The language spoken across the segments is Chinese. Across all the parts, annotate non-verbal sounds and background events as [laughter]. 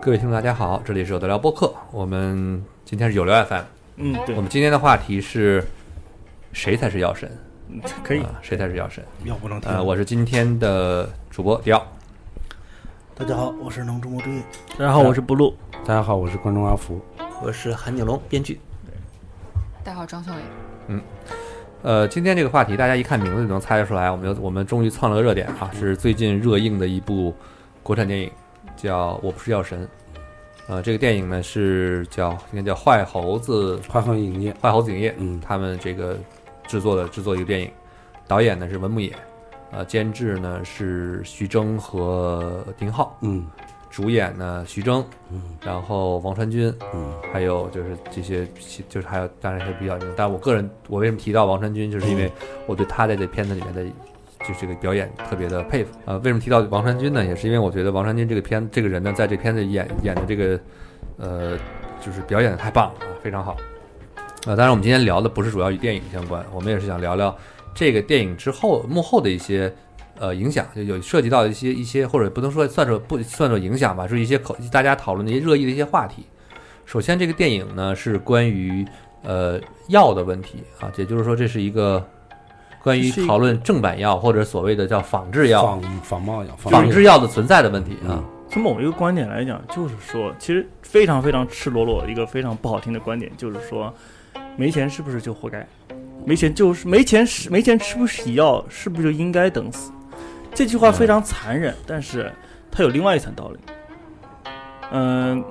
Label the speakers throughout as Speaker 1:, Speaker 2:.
Speaker 1: 各位听众，大家好，这里是有的聊播客，我们今天是有聊 FM，
Speaker 2: 嗯，对
Speaker 1: 我，们今天的话题是谁才是药神
Speaker 2: 嗯可以
Speaker 1: 啊？谁才是药神？
Speaker 3: 要不能听。
Speaker 1: 呃，我是今天的主播迪奥。
Speaker 3: 大家好，我是能中国之夜。
Speaker 2: 大家好，我是不录。
Speaker 4: 大家好，我是观众阿福。
Speaker 5: 我是韩景龙，编剧。
Speaker 6: 大家好，张小伟。
Speaker 1: 呃，今天这个话题，大家一看名字就能猜得出来。我们又我们终于蹭了个热点啊，是最近热映的一部国产电影，叫《我不是药神》。呃，这个电影呢是叫应该叫坏猴子
Speaker 4: 花恒影业，
Speaker 1: 坏猴子影业，
Speaker 4: 嗯
Speaker 1: 他们这个制作的制作一个电影，导演呢是文牧野，呃，监制呢是徐峥和丁浩，
Speaker 4: 嗯
Speaker 1: 主演呢徐峥，
Speaker 4: 嗯
Speaker 1: 然后王传君，
Speaker 4: 嗯
Speaker 1: 还有就是这些，其就是还有当然是比较有名，但我个人我为什么提到王传君，就是因
Speaker 4: 嗯
Speaker 1: 为我对他在这片子里面的就这个表演特别的佩服。呃，为什么提到王传君呢？也是因为我觉得王传君这个片这个人呢，在这片子演演的这个呃，就是表演的太棒了，啊，非常好。呃，当然我们今天聊的不是主要与电影相关，我们也是想聊聊这个电影之后幕后的一些。呃，影响就有涉及到一些一些，或者不能说算作不算作影响吧，就是一些口大家讨论的一些热议的一些话题。首先，这个电影呢是关于呃药的问题啊，也就是说，这是一个关于
Speaker 2: 是一个
Speaker 1: 讨论正版药或者所谓的叫仿制药、
Speaker 4: 仿仿冒药，
Speaker 1: 仿制药的存在的问题啊
Speaker 4: 嗯。
Speaker 2: 从某一个观点来讲，就是说，其实非常非常赤裸裸一个非常不好听的观点，就是说，没钱是不是就活该？没钱就是没钱是没钱吃不起药，是不是就应该等死？这句话非常残忍，但是它有另外一层道理。嗯，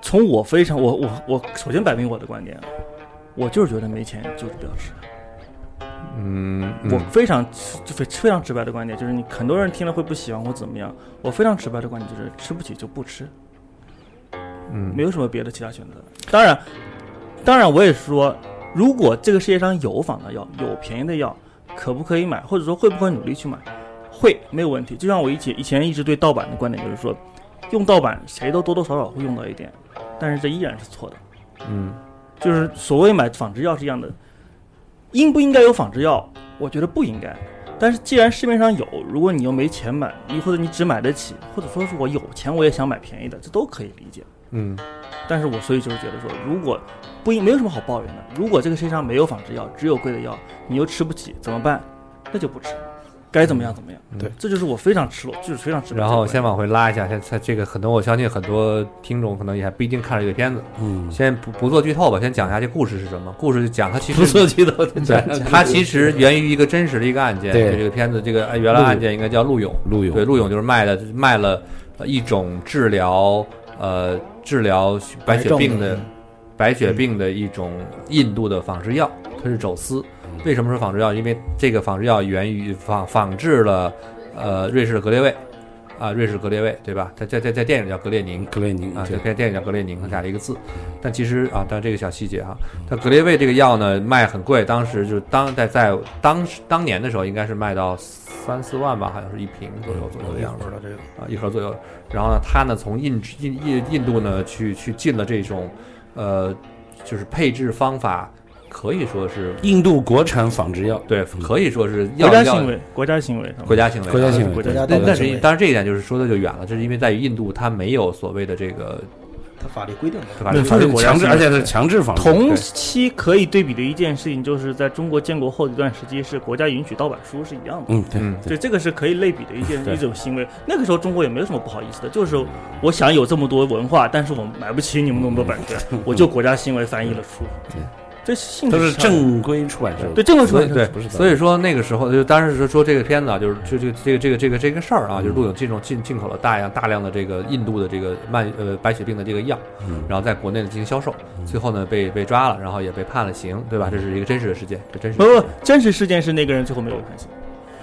Speaker 2: 从我非常我我我首先摆明我的观点啊，我就是觉得没钱就是不要吃。
Speaker 1: 嗯，
Speaker 2: 我
Speaker 1: 嗯
Speaker 2: 非常就非非常直白的观点就是，你很多人听了会不喜欢或怎么样。我非常直白的观点就是，吃不起就不吃，
Speaker 1: 嗯
Speaker 2: 没有什么别的其他选择。当然，当然我也说，如果这个世界上有仿的药，有便宜的药，可不可以买，或者说会不会努力去买，会没有问题。就像我以前以前一直对盗版的观点就是说，用盗版谁都多多少少会用到一点，但是这依然是错的。
Speaker 1: 嗯
Speaker 2: 就是所谓买仿制药是一样的，应不应该有仿制药？我觉得不应该。但是既然市面上有，如果你又没钱买，你或者你只买得起，或者说是我有钱我也想买便宜的，这都可以理解。
Speaker 1: 嗯
Speaker 2: 但是我所以就是觉得说，如果不应没有什么好抱怨的，如果这个世界上没有仿制药，只有贵的药，你又吃不起，怎么办？那就不吃，该怎么样怎么样。
Speaker 1: 对，
Speaker 2: 这就是我非常赤裸，就是非常赤裸。
Speaker 1: 然后先往回拉一下，现在这个很多我相信很多听众可能也还不一定看了这个片子，
Speaker 4: 嗯，
Speaker 1: 先不不做剧透吧，先讲一下这故事是什么。故事就讲它其实
Speaker 5: 不错，记得我的
Speaker 1: 对，它其实源于一个真实的一个案件，
Speaker 4: 对
Speaker 1: 就这个片子这个呃原来案件应该叫陆勇，
Speaker 4: 陆
Speaker 1: 对，
Speaker 4: 勇，
Speaker 1: 陆勇就是卖的卖了呃一种治疗呃治疗白血病的白血病的一种印度的仿制药，它是走私。为什么说仿制药？因为这个仿制药源于仿仿制了呃瑞士的格列卫啊，瑞士格列卫对吧？它在在在电影叫格列宁。
Speaker 4: 格列宁
Speaker 1: 啊，这
Speaker 4: 对
Speaker 1: 片电影叫格列宁，它改了一个字，但其实啊，但这个小细节哈、它格列卫这个药呢卖很贵，当时就当在在当时当年的时候应该是卖到三四万吧，好像是一瓶左右左右的样子
Speaker 3: 会。儿的这个
Speaker 1: 嗯啊，一盒左右。然后呢，他呢从印印印印度呢去去进了这种，呃，就是配置方法，可以说是
Speaker 4: 印度国产仿制药，嗯
Speaker 1: 对，可以说是
Speaker 2: 国
Speaker 1: 药
Speaker 2: 家
Speaker 1: 药
Speaker 2: 行为，国家行为，
Speaker 1: 国家行啊为，
Speaker 4: 国家
Speaker 2: 行
Speaker 4: 行
Speaker 2: 为国
Speaker 4: 为，
Speaker 3: 国家
Speaker 1: 但
Speaker 3: 道德
Speaker 1: 但
Speaker 3: 行
Speaker 1: 是
Speaker 3: 为，
Speaker 1: 当然这一点就是说的就远了，这是因为在于印度它没有所谓的这个
Speaker 3: 它法律规定的。
Speaker 1: 对吧？
Speaker 4: 对
Speaker 1: 就是国家
Speaker 4: 强制，
Speaker 1: 行为
Speaker 4: 而且是强制仿制。
Speaker 2: 同
Speaker 4: 对
Speaker 2: 期可以对比的一件事情，就是在中国建国后的一段时期，是国家允许盗版书是一样的。
Speaker 4: 嗯对
Speaker 1: 嗯
Speaker 2: 对，这个是可以类比的一件
Speaker 4: 对
Speaker 2: 一种行为。那个时候中国也没有什么不好意思的，就是我想有这么多文化，但是我买不起你们那么多版权，我就国家行为翻译了书。
Speaker 4: 对，
Speaker 2: 这性质
Speaker 4: 都是
Speaker 2: 上的
Speaker 4: 正规出版社。
Speaker 2: 对正规出
Speaker 1: 所
Speaker 2: 版
Speaker 1: 以
Speaker 2: 社
Speaker 1: 对
Speaker 4: 不是，
Speaker 1: 所以说那个时候就当时是说这个片子啊，就是就这个这个这个这个这个事儿啊，就是陆勇进种进进口了大量大量的这个印度的这个慢呃白血病的这个药，
Speaker 4: 嗯，
Speaker 1: 然后在国内进行销售，
Speaker 2: 嗯
Speaker 1: 最后呢被被抓了，然后也被判了刑，对吧？这是一个真实的事件，这真实
Speaker 2: 不
Speaker 1: 的
Speaker 2: 不
Speaker 1: 事
Speaker 2: 不，真实事件是那个人最后没有判刑，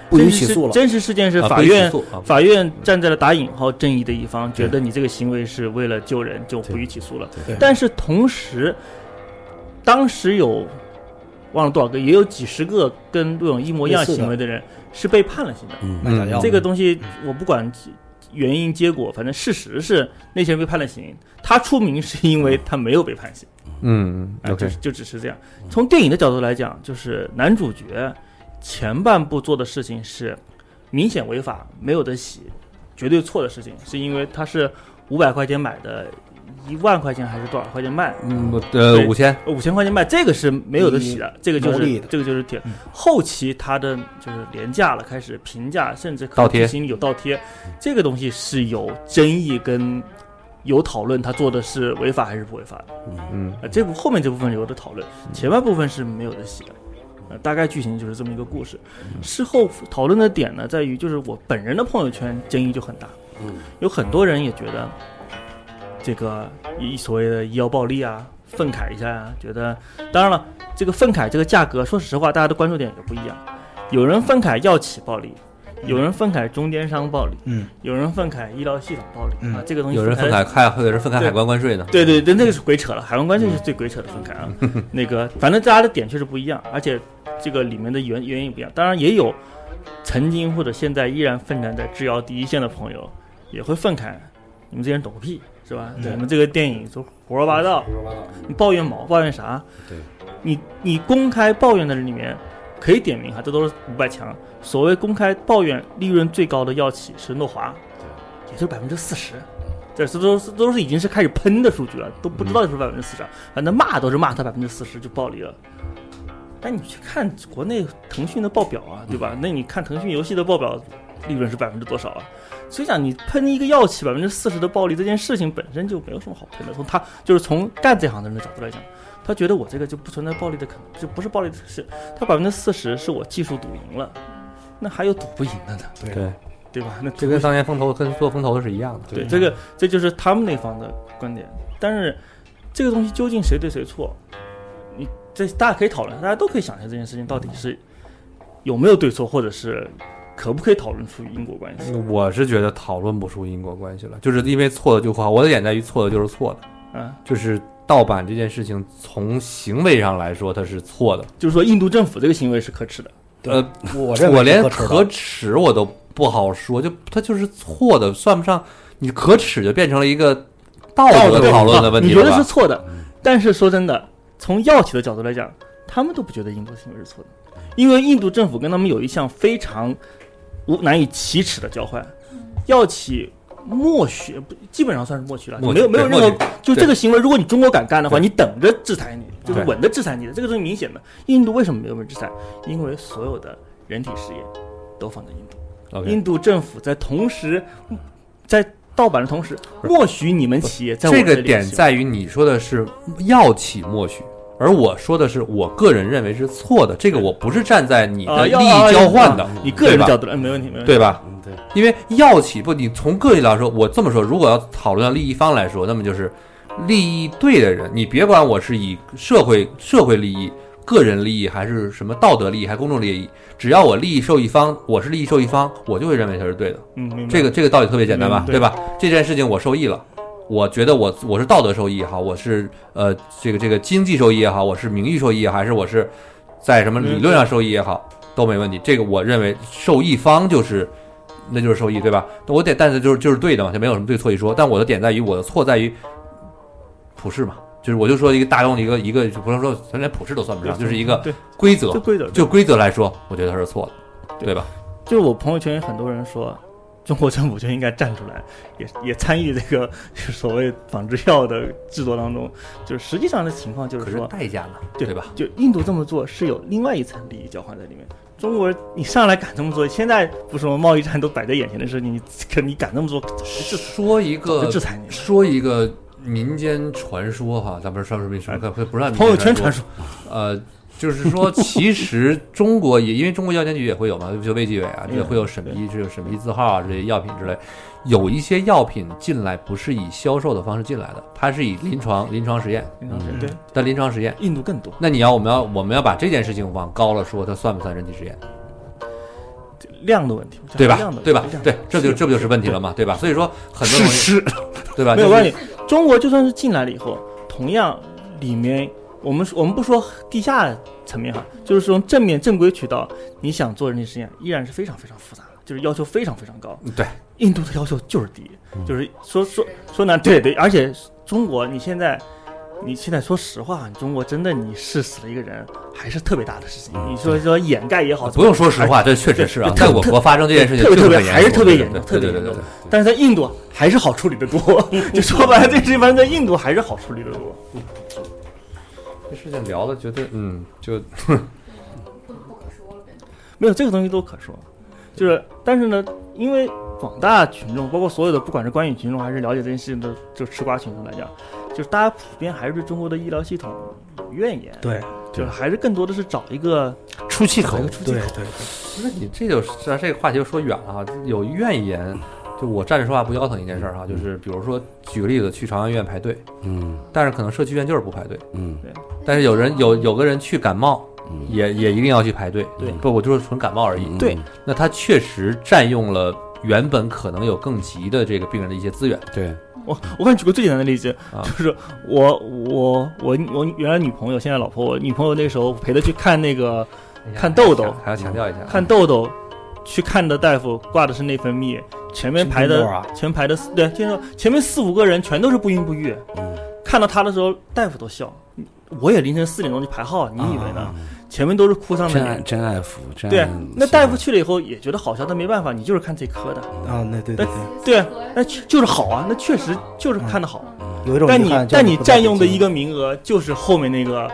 Speaker 3: 不
Speaker 2: 真
Speaker 3: 予
Speaker 2: 实
Speaker 3: 起
Speaker 2: 事
Speaker 3: 诉了。
Speaker 2: 真实事件是
Speaker 1: 啊
Speaker 2: 法
Speaker 1: 不予起
Speaker 2: 院
Speaker 1: 诉啊
Speaker 2: 法院站在了打引号正义的一方，觉得你这个行为是为了救人，就不
Speaker 4: 对
Speaker 2: 予起诉了
Speaker 3: 对。
Speaker 2: 但是同时，当时有忘了多少个，也有几十个跟陆勇一模一样
Speaker 3: 类似的
Speaker 2: 行为的人是被判了刑的。
Speaker 4: 嗯
Speaker 3: 卖假药
Speaker 2: 这个东西我不管原因结果，反正事实是那些人被判了刑。他出名是因为他没有被判刑。
Speaker 1: 嗯
Speaker 2: 啊，就
Speaker 1: ，OK，
Speaker 2: 是就只是这样。从电影的角度来讲，就是男主角前半部做的事情是明显违法、没有得洗、绝对错的事情，是因为他是五百块钱买的，一万块钱还是多少块钱卖？
Speaker 1: 嗯，我呃
Speaker 2: 对
Speaker 1: 五千，
Speaker 2: 五千块钱卖，这个是没有得洗的，这个就
Speaker 3: 毛利
Speaker 2: 是
Speaker 3: 的
Speaker 2: 这个就是铁
Speaker 3: 嗯。
Speaker 2: 后期它的就是廉价了，开始平价，甚至可
Speaker 1: 倒
Speaker 2: 能
Speaker 1: 贴
Speaker 2: 执行有倒贴，这个东西是有争议跟有讨论，他做的是违法还是不违法的。
Speaker 1: 嗯
Speaker 2: 呃，这部后面这部分有的讨论，前半部分是没有的写的。呃，大概剧情就是这么一个故事。
Speaker 1: 嗯
Speaker 2: 事后讨论的点呢，在于就是我本人的朋友圈争议就很大，
Speaker 1: 嗯
Speaker 2: 有很多人也觉得这个一所谓的医药暴力啊，愤慨一下啊，觉得当然了，这个愤慨这个价格，说实话，大家的关注点也不一样。有人愤慨药企暴力，有人愤慨中间商暴力，
Speaker 3: 嗯，
Speaker 2: 有人愤慨医疗系统暴力、
Speaker 3: 嗯
Speaker 2: 啊，这个东西
Speaker 1: 有人
Speaker 2: 分开
Speaker 1: 愤慨海，有人愤慨
Speaker 2: 对
Speaker 1: 海关关税呢，
Speaker 2: 对对对，那个是鬼扯了，海关关税是最鬼扯的分开啊。那个，反正大家的点确实不一样，而且这个里面的原原因不一样。当然也有曾经或者现在依然奋战在制药第一线的朋友，也会愤慨你们这些人懂个屁是吧？
Speaker 3: 对
Speaker 2: 你们这个电影都嗯胡说八道，你抱怨毛抱怨啥？
Speaker 4: 对，
Speaker 2: 你你公开抱怨的里面可以点名哈，这都是五百强。所谓公开抱怨利润最高的药企是诺华，也就百分之四十。这这都是都是已经是开始喷的数据了，都不
Speaker 1: 嗯
Speaker 2: 知道是百分之四十，啊反正骂都是骂他百分之四十就暴利了。但你去看国内腾讯的报表啊，对
Speaker 1: 嗯
Speaker 2: 吧？那你看腾讯游戏的报表，利润是百分之多少啊？所以讲，你喷一个药企百分之四十的暴利这件事情本身就没有什么好喷的。从他就是从干这行的人的角度来讲，他觉得我这个就不存在暴利的可能，就不是暴利的事。他百分之四十是我技术赌赢了，那还有赌不赢的呢，
Speaker 1: 对，
Speaker 2: 对吧？那赌
Speaker 1: 这跟当年风投跟做风投的是一样的，
Speaker 2: 对，这个这就是他们那方的观点。但是这个东西究竟谁对谁错，你这大家可以讨论，大家都可以想一下这件事情到底是有没有对错，或者是可不可以讨论出因果关系
Speaker 1: 我是觉得讨论不出因果关系了，就是因为错的就错，我的点在于错的就是错的，
Speaker 2: 啊？
Speaker 1: 就是盗版这件事情从行为上来说它是错的，
Speaker 2: 就是说，印度政府这个行为是可耻的。
Speaker 1: 呃，
Speaker 3: 我认为
Speaker 1: 我连
Speaker 3: 是可耻的
Speaker 1: 可耻我都不好说，就它就是错的，算不上你可耻就变成了一个道德
Speaker 2: 对
Speaker 1: 讨论的问题
Speaker 2: 你觉
Speaker 1: 了
Speaker 2: 得是
Speaker 1: 吧？
Speaker 2: 错的，但是说真的，从药企的角度来讲，他们都不觉得印度行为是错的，因为印度政府跟他们有一项非常无难以启齿的交换，药企。默许不基本上算是默许了，
Speaker 1: 默许
Speaker 2: 没有没有任
Speaker 1: 对
Speaker 2: 何
Speaker 1: 默许
Speaker 2: 就这个行为，如果你中国敢干的话，
Speaker 1: 对
Speaker 2: 你等着制裁你，就是
Speaker 1: 对
Speaker 2: 稳着制裁你的，这个东西明显的。印度为什么没有被制裁？因为所有的人体实验都放在印度。
Speaker 1: OK，
Speaker 2: 印度政府在同时在盗版的同时，
Speaker 1: 不是
Speaker 2: 默许你们企业在我
Speaker 1: 这个
Speaker 2: 里
Speaker 1: 点
Speaker 2: 行
Speaker 1: 在于你说的是药企默许。而我说的是，我个人认为是错的，这个我不是站在你
Speaker 2: 啊
Speaker 1: 的利
Speaker 2: 要啊
Speaker 1: 益交换的，
Speaker 2: 啊你个人
Speaker 1: 对吧
Speaker 2: 的角度，嗯，没问题，没问题。
Speaker 1: 对吧？
Speaker 4: 嗯对，
Speaker 1: 因为药企不，你从个体来说，我这么说，如果要讨论到利益方来说，那么就是利益对的人，你别管我是以社会社会利益、个人利益，还是什么道德利益，还是公众利益，只要我利益受益方，我是利益受益方，我就会认为它是对的。
Speaker 2: 嗯，明白
Speaker 1: 这个这个道理特别简单吧
Speaker 2: 嗯，对
Speaker 1: 对吧？这件事情我受益了。我觉得我我是道德受益也好，我是呃这个这个经济受益也好，我是名誉受益也好，还是我是在什么
Speaker 2: 嗯
Speaker 1: 理论上受益也好，都没问题。这个我认为受益方就是那就是受益，对吧？我得但是就是就是对的嘛，就没有什么对错一说。但我的点在于我的错在于普世嘛，就是我就说一个大众的一个一个，不能说连普世都算不上，就是一个
Speaker 2: 对
Speaker 1: 规则
Speaker 2: 这。规则，就
Speaker 1: 就规则来说，我觉得它是错的，对吧？
Speaker 2: 就是我朋友圈有很多人说，中国政府就应该站出来，也也参与这个 [laughs] 就是所谓仿制药的制作当中。就是实际上的情况就
Speaker 1: 可
Speaker 2: 是
Speaker 1: 是
Speaker 2: 说，
Speaker 1: 代价呢，
Speaker 2: 对
Speaker 1: 对吧？
Speaker 2: 就印度这么做是有另外一层利益交换在里面。中国，你上来敢这么做，现在不是什么贸易战都摆在眼前的事情，你可你敢这么做，早就制
Speaker 1: 哎说一
Speaker 2: 早
Speaker 1: 个
Speaker 2: 就制裁你了。
Speaker 1: 说一个民间传说哈，咱们说什么什么，不不让
Speaker 2: 哎朋友圈传说，
Speaker 1: 呃，就是说，其实中国也因为中国药监局也会有嘛，就卫计委啊，
Speaker 2: 嗯
Speaker 1: 也会有审批，这有审批字号啊，这些药品之类，有一些药品进来不是以销售的方式进来的，它是以临床临床实验
Speaker 2: 你知道吗对，
Speaker 1: 的临床实验。
Speaker 2: 印度更多。
Speaker 1: 那你要我们要我们要把这件事情往高了说，它算不算人体实验？
Speaker 2: 量的问题，
Speaker 1: 对吧
Speaker 2: 量的？问题
Speaker 1: 对吧
Speaker 2: 量？的
Speaker 1: 对，这就这不就是问题了嘛，对吧？所以说很多
Speaker 4: 是
Speaker 1: 东西，
Speaker 4: 是，
Speaker 1: 对吧？
Speaker 2: 没有
Speaker 1: 就是
Speaker 2: 关系。中国就算是进来了以后，同样里面我们我们不说地下层面哈，就是从正面正规渠道，你想做人体实验，依然是非常非常复杂的，就是要求非常非常高。
Speaker 1: 对，
Speaker 2: 印度的要求就是低，
Speaker 1: 嗯
Speaker 2: 就是说说说难，对对，而且中国你现在。你现在说实话，中国真的你是死了一个人，还是特别大的事情。
Speaker 4: 嗯
Speaker 2: 你说说掩盖也好，
Speaker 1: 啊不用说实话，这确实是啊，
Speaker 2: 哦哎对
Speaker 1: 在我国发生这件事情
Speaker 2: 特别
Speaker 1: 就
Speaker 2: 特
Speaker 1: 是
Speaker 2: 别
Speaker 1: 很严
Speaker 2: 还是
Speaker 1: 重
Speaker 2: 特别
Speaker 1: 对
Speaker 2: 严重特
Speaker 1: 对对
Speaker 2: 别
Speaker 1: 对对
Speaker 2: 严
Speaker 1: 对
Speaker 2: 重。但是在印度还是好处理的 [laughs] 多。就说白了，这事反正在印度还是好处理的多。
Speaker 1: 这事情聊的觉得嗯，就
Speaker 2: 没有这个东西都可说，就是但是呢，因为广大群众，包括所有的不管是观影群众还是了解这件事情的就吃瓜群众来讲，就是大家普遍还是对中国的医疗系统有怨言，
Speaker 3: 对
Speaker 2: 就是还是更多的是找一个
Speaker 4: 出气口
Speaker 2: 找一个出气
Speaker 3: 对
Speaker 2: 口。
Speaker 3: 对，
Speaker 1: 不是你这就是这个话题就说远了啊，有怨言。就我站着说话不腰疼一件事儿哈，就是比如说举个例子，去朝阳医院排队，
Speaker 4: 嗯
Speaker 1: 但是可能社区医院就是不排队，
Speaker 4: 嗯
Speaker 1: 但是有人有有个人去感冒，
Speaker 4: 嗯，
Speaker 1: 也也一定要去排队。
Speaker 2: 对
Speaker 1: 不，我就是纯感冒而已。
Speaker 4: 嗯
Speaker 2: 对
Speaker 1: 那他确实占用了原本可能有更急的这个病人的一些资源
Speaker 4: 对，
Speaker 2: 我我给你举个最简单的例子，
Speaker 1: 啊
Speaker 2: 就是我我我我原来女朋友，现在老婆，我女朋友那时候陪她去看那个哎看痘痘
Speaker 1: 还要强调一下啊，
Speaker 2: 看痘痘，去看的大夫挂的是内分泌，前面排
Speaker 3: 青
Speaker 2: 的
Speaker 3: 春痘啊
Speaker 2: 全排的四对，听说前面四五个人全都是不孕不育，
Speaker 4: 嗯，
Speaker 2: 看到他的时候大夫都笑，我也凌晨四点钟去排号，你以为
Speaker 3: 啊
Speaker 2: 呢？前面都是哭丧的
Speaker 4: 真爱
Speaker 2: 脸，
Speaker 4: 真爱服，真
Speaker 2: 对
Speaker 1: 啊
Speaker 4: 爱，
Speaker 2: 那大夫去了以后也觉得好笑，但没办法，你就是看这科的，
Speaker 3: 啊，那对对对，
Speaker 2: 对，啊那确就是好啊，那确实就是看的好，
Speaker 3: 嗯有一种
Speaker 2: 但
Speaker 3: 遗
Speaker 2: 你
Speaker 3: 憾叫
Speaker 2: 但你
Speaker 3: 不太
Speaker 2: 占用的
Speaker 3: 接近
Speaker 2: 一个名额就是后面那个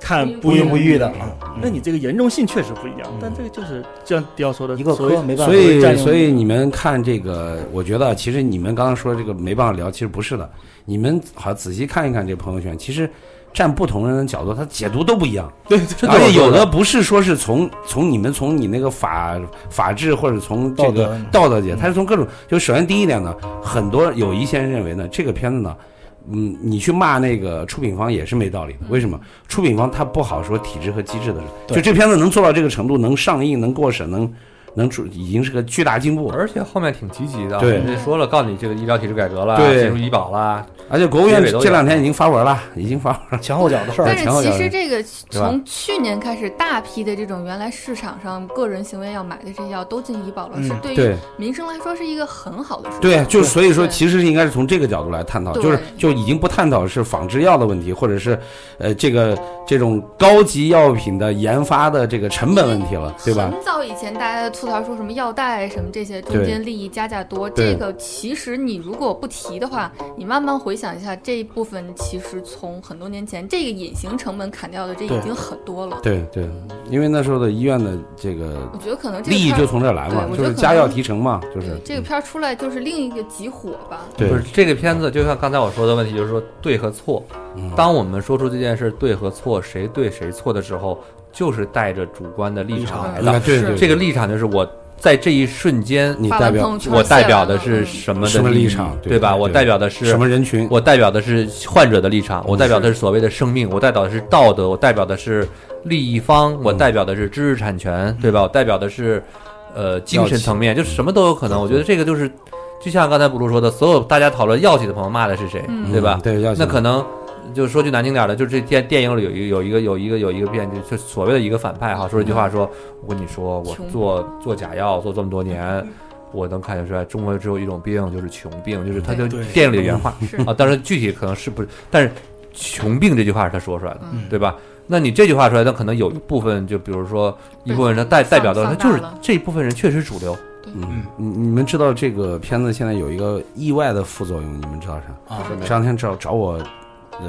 Speaker 2: 看
Speaker 3: 不
Speaker 2: 不
Speaker 3: 孕
Speaker 2: 孕
Speaker 3: 不
Speaker 2: 不
Speaker 3: 育
Speaker 2: 育
Speaker 3: 的
Speaker 2: 的。
Speaker 3: 啊，
Speaker 2: 那你这个严重性确实不一样，
Speaker 3: 嗯
Speaker 2: 但这个就是就像迪奥说的，
Speaker 3: 一个
Speaker 2: 所谓
Speaker 3: 科没办法，
Speaker 4: 所以
Speaker 3: 占，用
Speaker 4: 所以你们看这个，我觉得其实你们刚刚说这个没办法聊，其实不是的。你们好像仔细看一看这朋友圈，其实站不同人的角度，他解读都不一样。
Speaker 2: 对，
Speaker 4: 而且有的不是说是从从你们从你那个法法治或者从这
Speaker 3: 道
Speaker 4: 个
Speaker 3: 德
Speaker 4: 道德解，他是从各种。就首先第一点呢，很多有一些人认为呢，这个片子呢。嗯，你去骂那个出品方也是没道理的。为什么？出品方他不好说体制和机制的事。
Speaker 3: 对
Speaker 4: 就这片子能做到这个程度，能上映，能过审，能能出，已经是个巨大进步。
Speaker 1: 而且后面挺积极的，
Speaker 4: 对
Speaker 1: 人家说了，告诉你这个医疗体制改革啦，
Speaker 4: 对
Speaker 1: 进入医保啦，
Speaker 4: 而且国务院
Speaker 1: 结尾都有
Speaker 4: 这两天已经发文了，已经发文了。
Speaker 3: 前后脚的事
Speaker 6: 但
Speaker 3: 儿，
Speaker 6: 是
Speaker 4: 前后
Speaker 6: 其
Speaker 4: 脚
Speaker 6: 实
Speaker 4: 是
Speaker 6: 这个
Speaker 4: 对吧
Speaker 6: 从去年开始，大批的这种原来市场上个人行为药买的这些药都进医保了，
Speaker 3: 嗯
Speaker 6: 是对于
Speaker 4: 对
Speaker 6: 民生来说是一个很好的数。
Speaker 4: 对，就是所以说，
Speaker 6: 对
Speaker 4: 其实应该是从这个角度来探讨，
Speaker 6: 对
Speaker 4: 就是就已经不探讨是仿制药的问题，或者是呃这个这种高级药品的研发的这个成本问题了，对吧？
Speaker 6: 很早以前，大家吐槽说什么药代什么这些中间利益加价多，
Speaker 4: 对
Speaker 6: 这个其实你如果不提的话，你慢慢回想一下，这一部分其实从很多年前这个隐形成本砍掉的，这
Speaker 3: 对
Speaker 6: 已经很多了。
Speaker 4: 对对，因为那时候的医院的这个
Speaker 6: 我觉得可能这个
Speaker 4: 利益
Speaker 6: 片儿
Speaker 4: 就从这儿来嘛
Speaker 6: 对，我觉
Speaker 4: 就
Speaker 6: 得
Speaker 4: 是加药提成嘛，就
Speaker 6: 对
Speaker 4: 是嗯
Speaker 6: 这个片儿出来就是另一个集火吧。
Speaker 4: 对
Speaker 1: 不是这个片子，就像刚才我说的问题，就是说对和错。
Speaker 4: 嗯
Speaker 1: 当我们说出这件事对和错，谁对谁错的时候，就是带着主观的立场来
Speaker 4: 啊
Speaker 1: 的。
Speaker 4: 对
Speaker 6: 是
Speaker 4: 对，
Speaker 1: 这个立场就是我在这一瞬间，
Speaker 4: 你
Speaker 6: 发
Speaker 4: 代
Speaker 6: 完
Speaker 4: 表
Speaker 6: 朋友圈
Speaker 1: 我代表
Speaker 6: 卸
Speaker 1: 的
Speaker 6: 完了
Speaker 1: 是
Speaker 6: 嗯
Speaker 1: 什么的
Speaker 4: 什么
Speaker 1: 利益
Speaker 4: 立场对
Speaker 1: 对吧？
Speaker 4: 对
Speaker 1: 我
Speaker 4: 对
Speaker 1: 代表的是
Speaker 4: 什么人群？
Speaker 1: 我代表的是患者的立场，我代表的是所谓的生命，我代表的是道德，我代表的是利益方，
Speaker 4: 嗯
Speaker 1: 我代表的是知识产权，对吧？我代表的是呃精神层面，就是什么都有可能。我觉得这个就是，就像刚才布鲁说的，所有大家讨论药企的朋友骂的是谁，
Speaker 6: 嗯
Speaker 1: 对吧
Speaker 4: 嗯？对，要
Speaker 1: 那可能就说句难听点儿的，就是这电电影里有一有一个有一个有一个片，就就所谓的一个反派哈，说一句话说，我跟你说，我
Speaker 6: 嗯穷
Speaker 1: 做做假药做这么多年。我能看得出来，中国只有一种病，就是穷病，就是他就
Speaker 3: 对
Speaker 1: 电影里原话
Speaker 6: 是
Speaker 1: 啊。当然具体可能是不是，但是“穷病”这句话是他说出来的，
Speaker 6: 嗯
Speaker 1: 对吧？那你这句话出来，那可能有一部分，就比如说一部分人他代
Speaker 6: 放
Speaker 1: 代表的，他
Speaker 6: 放
Speaker 1: 就是
Speaker 6: 大了
Speaker 1: 这一部分人确实主流，
Speaker 4: 嗯，你你们知道这个片子现在有一个意外的副作用，你们知道啥？
Speaker 3: 啊，
Speaker 4: 这两天找找我，呃，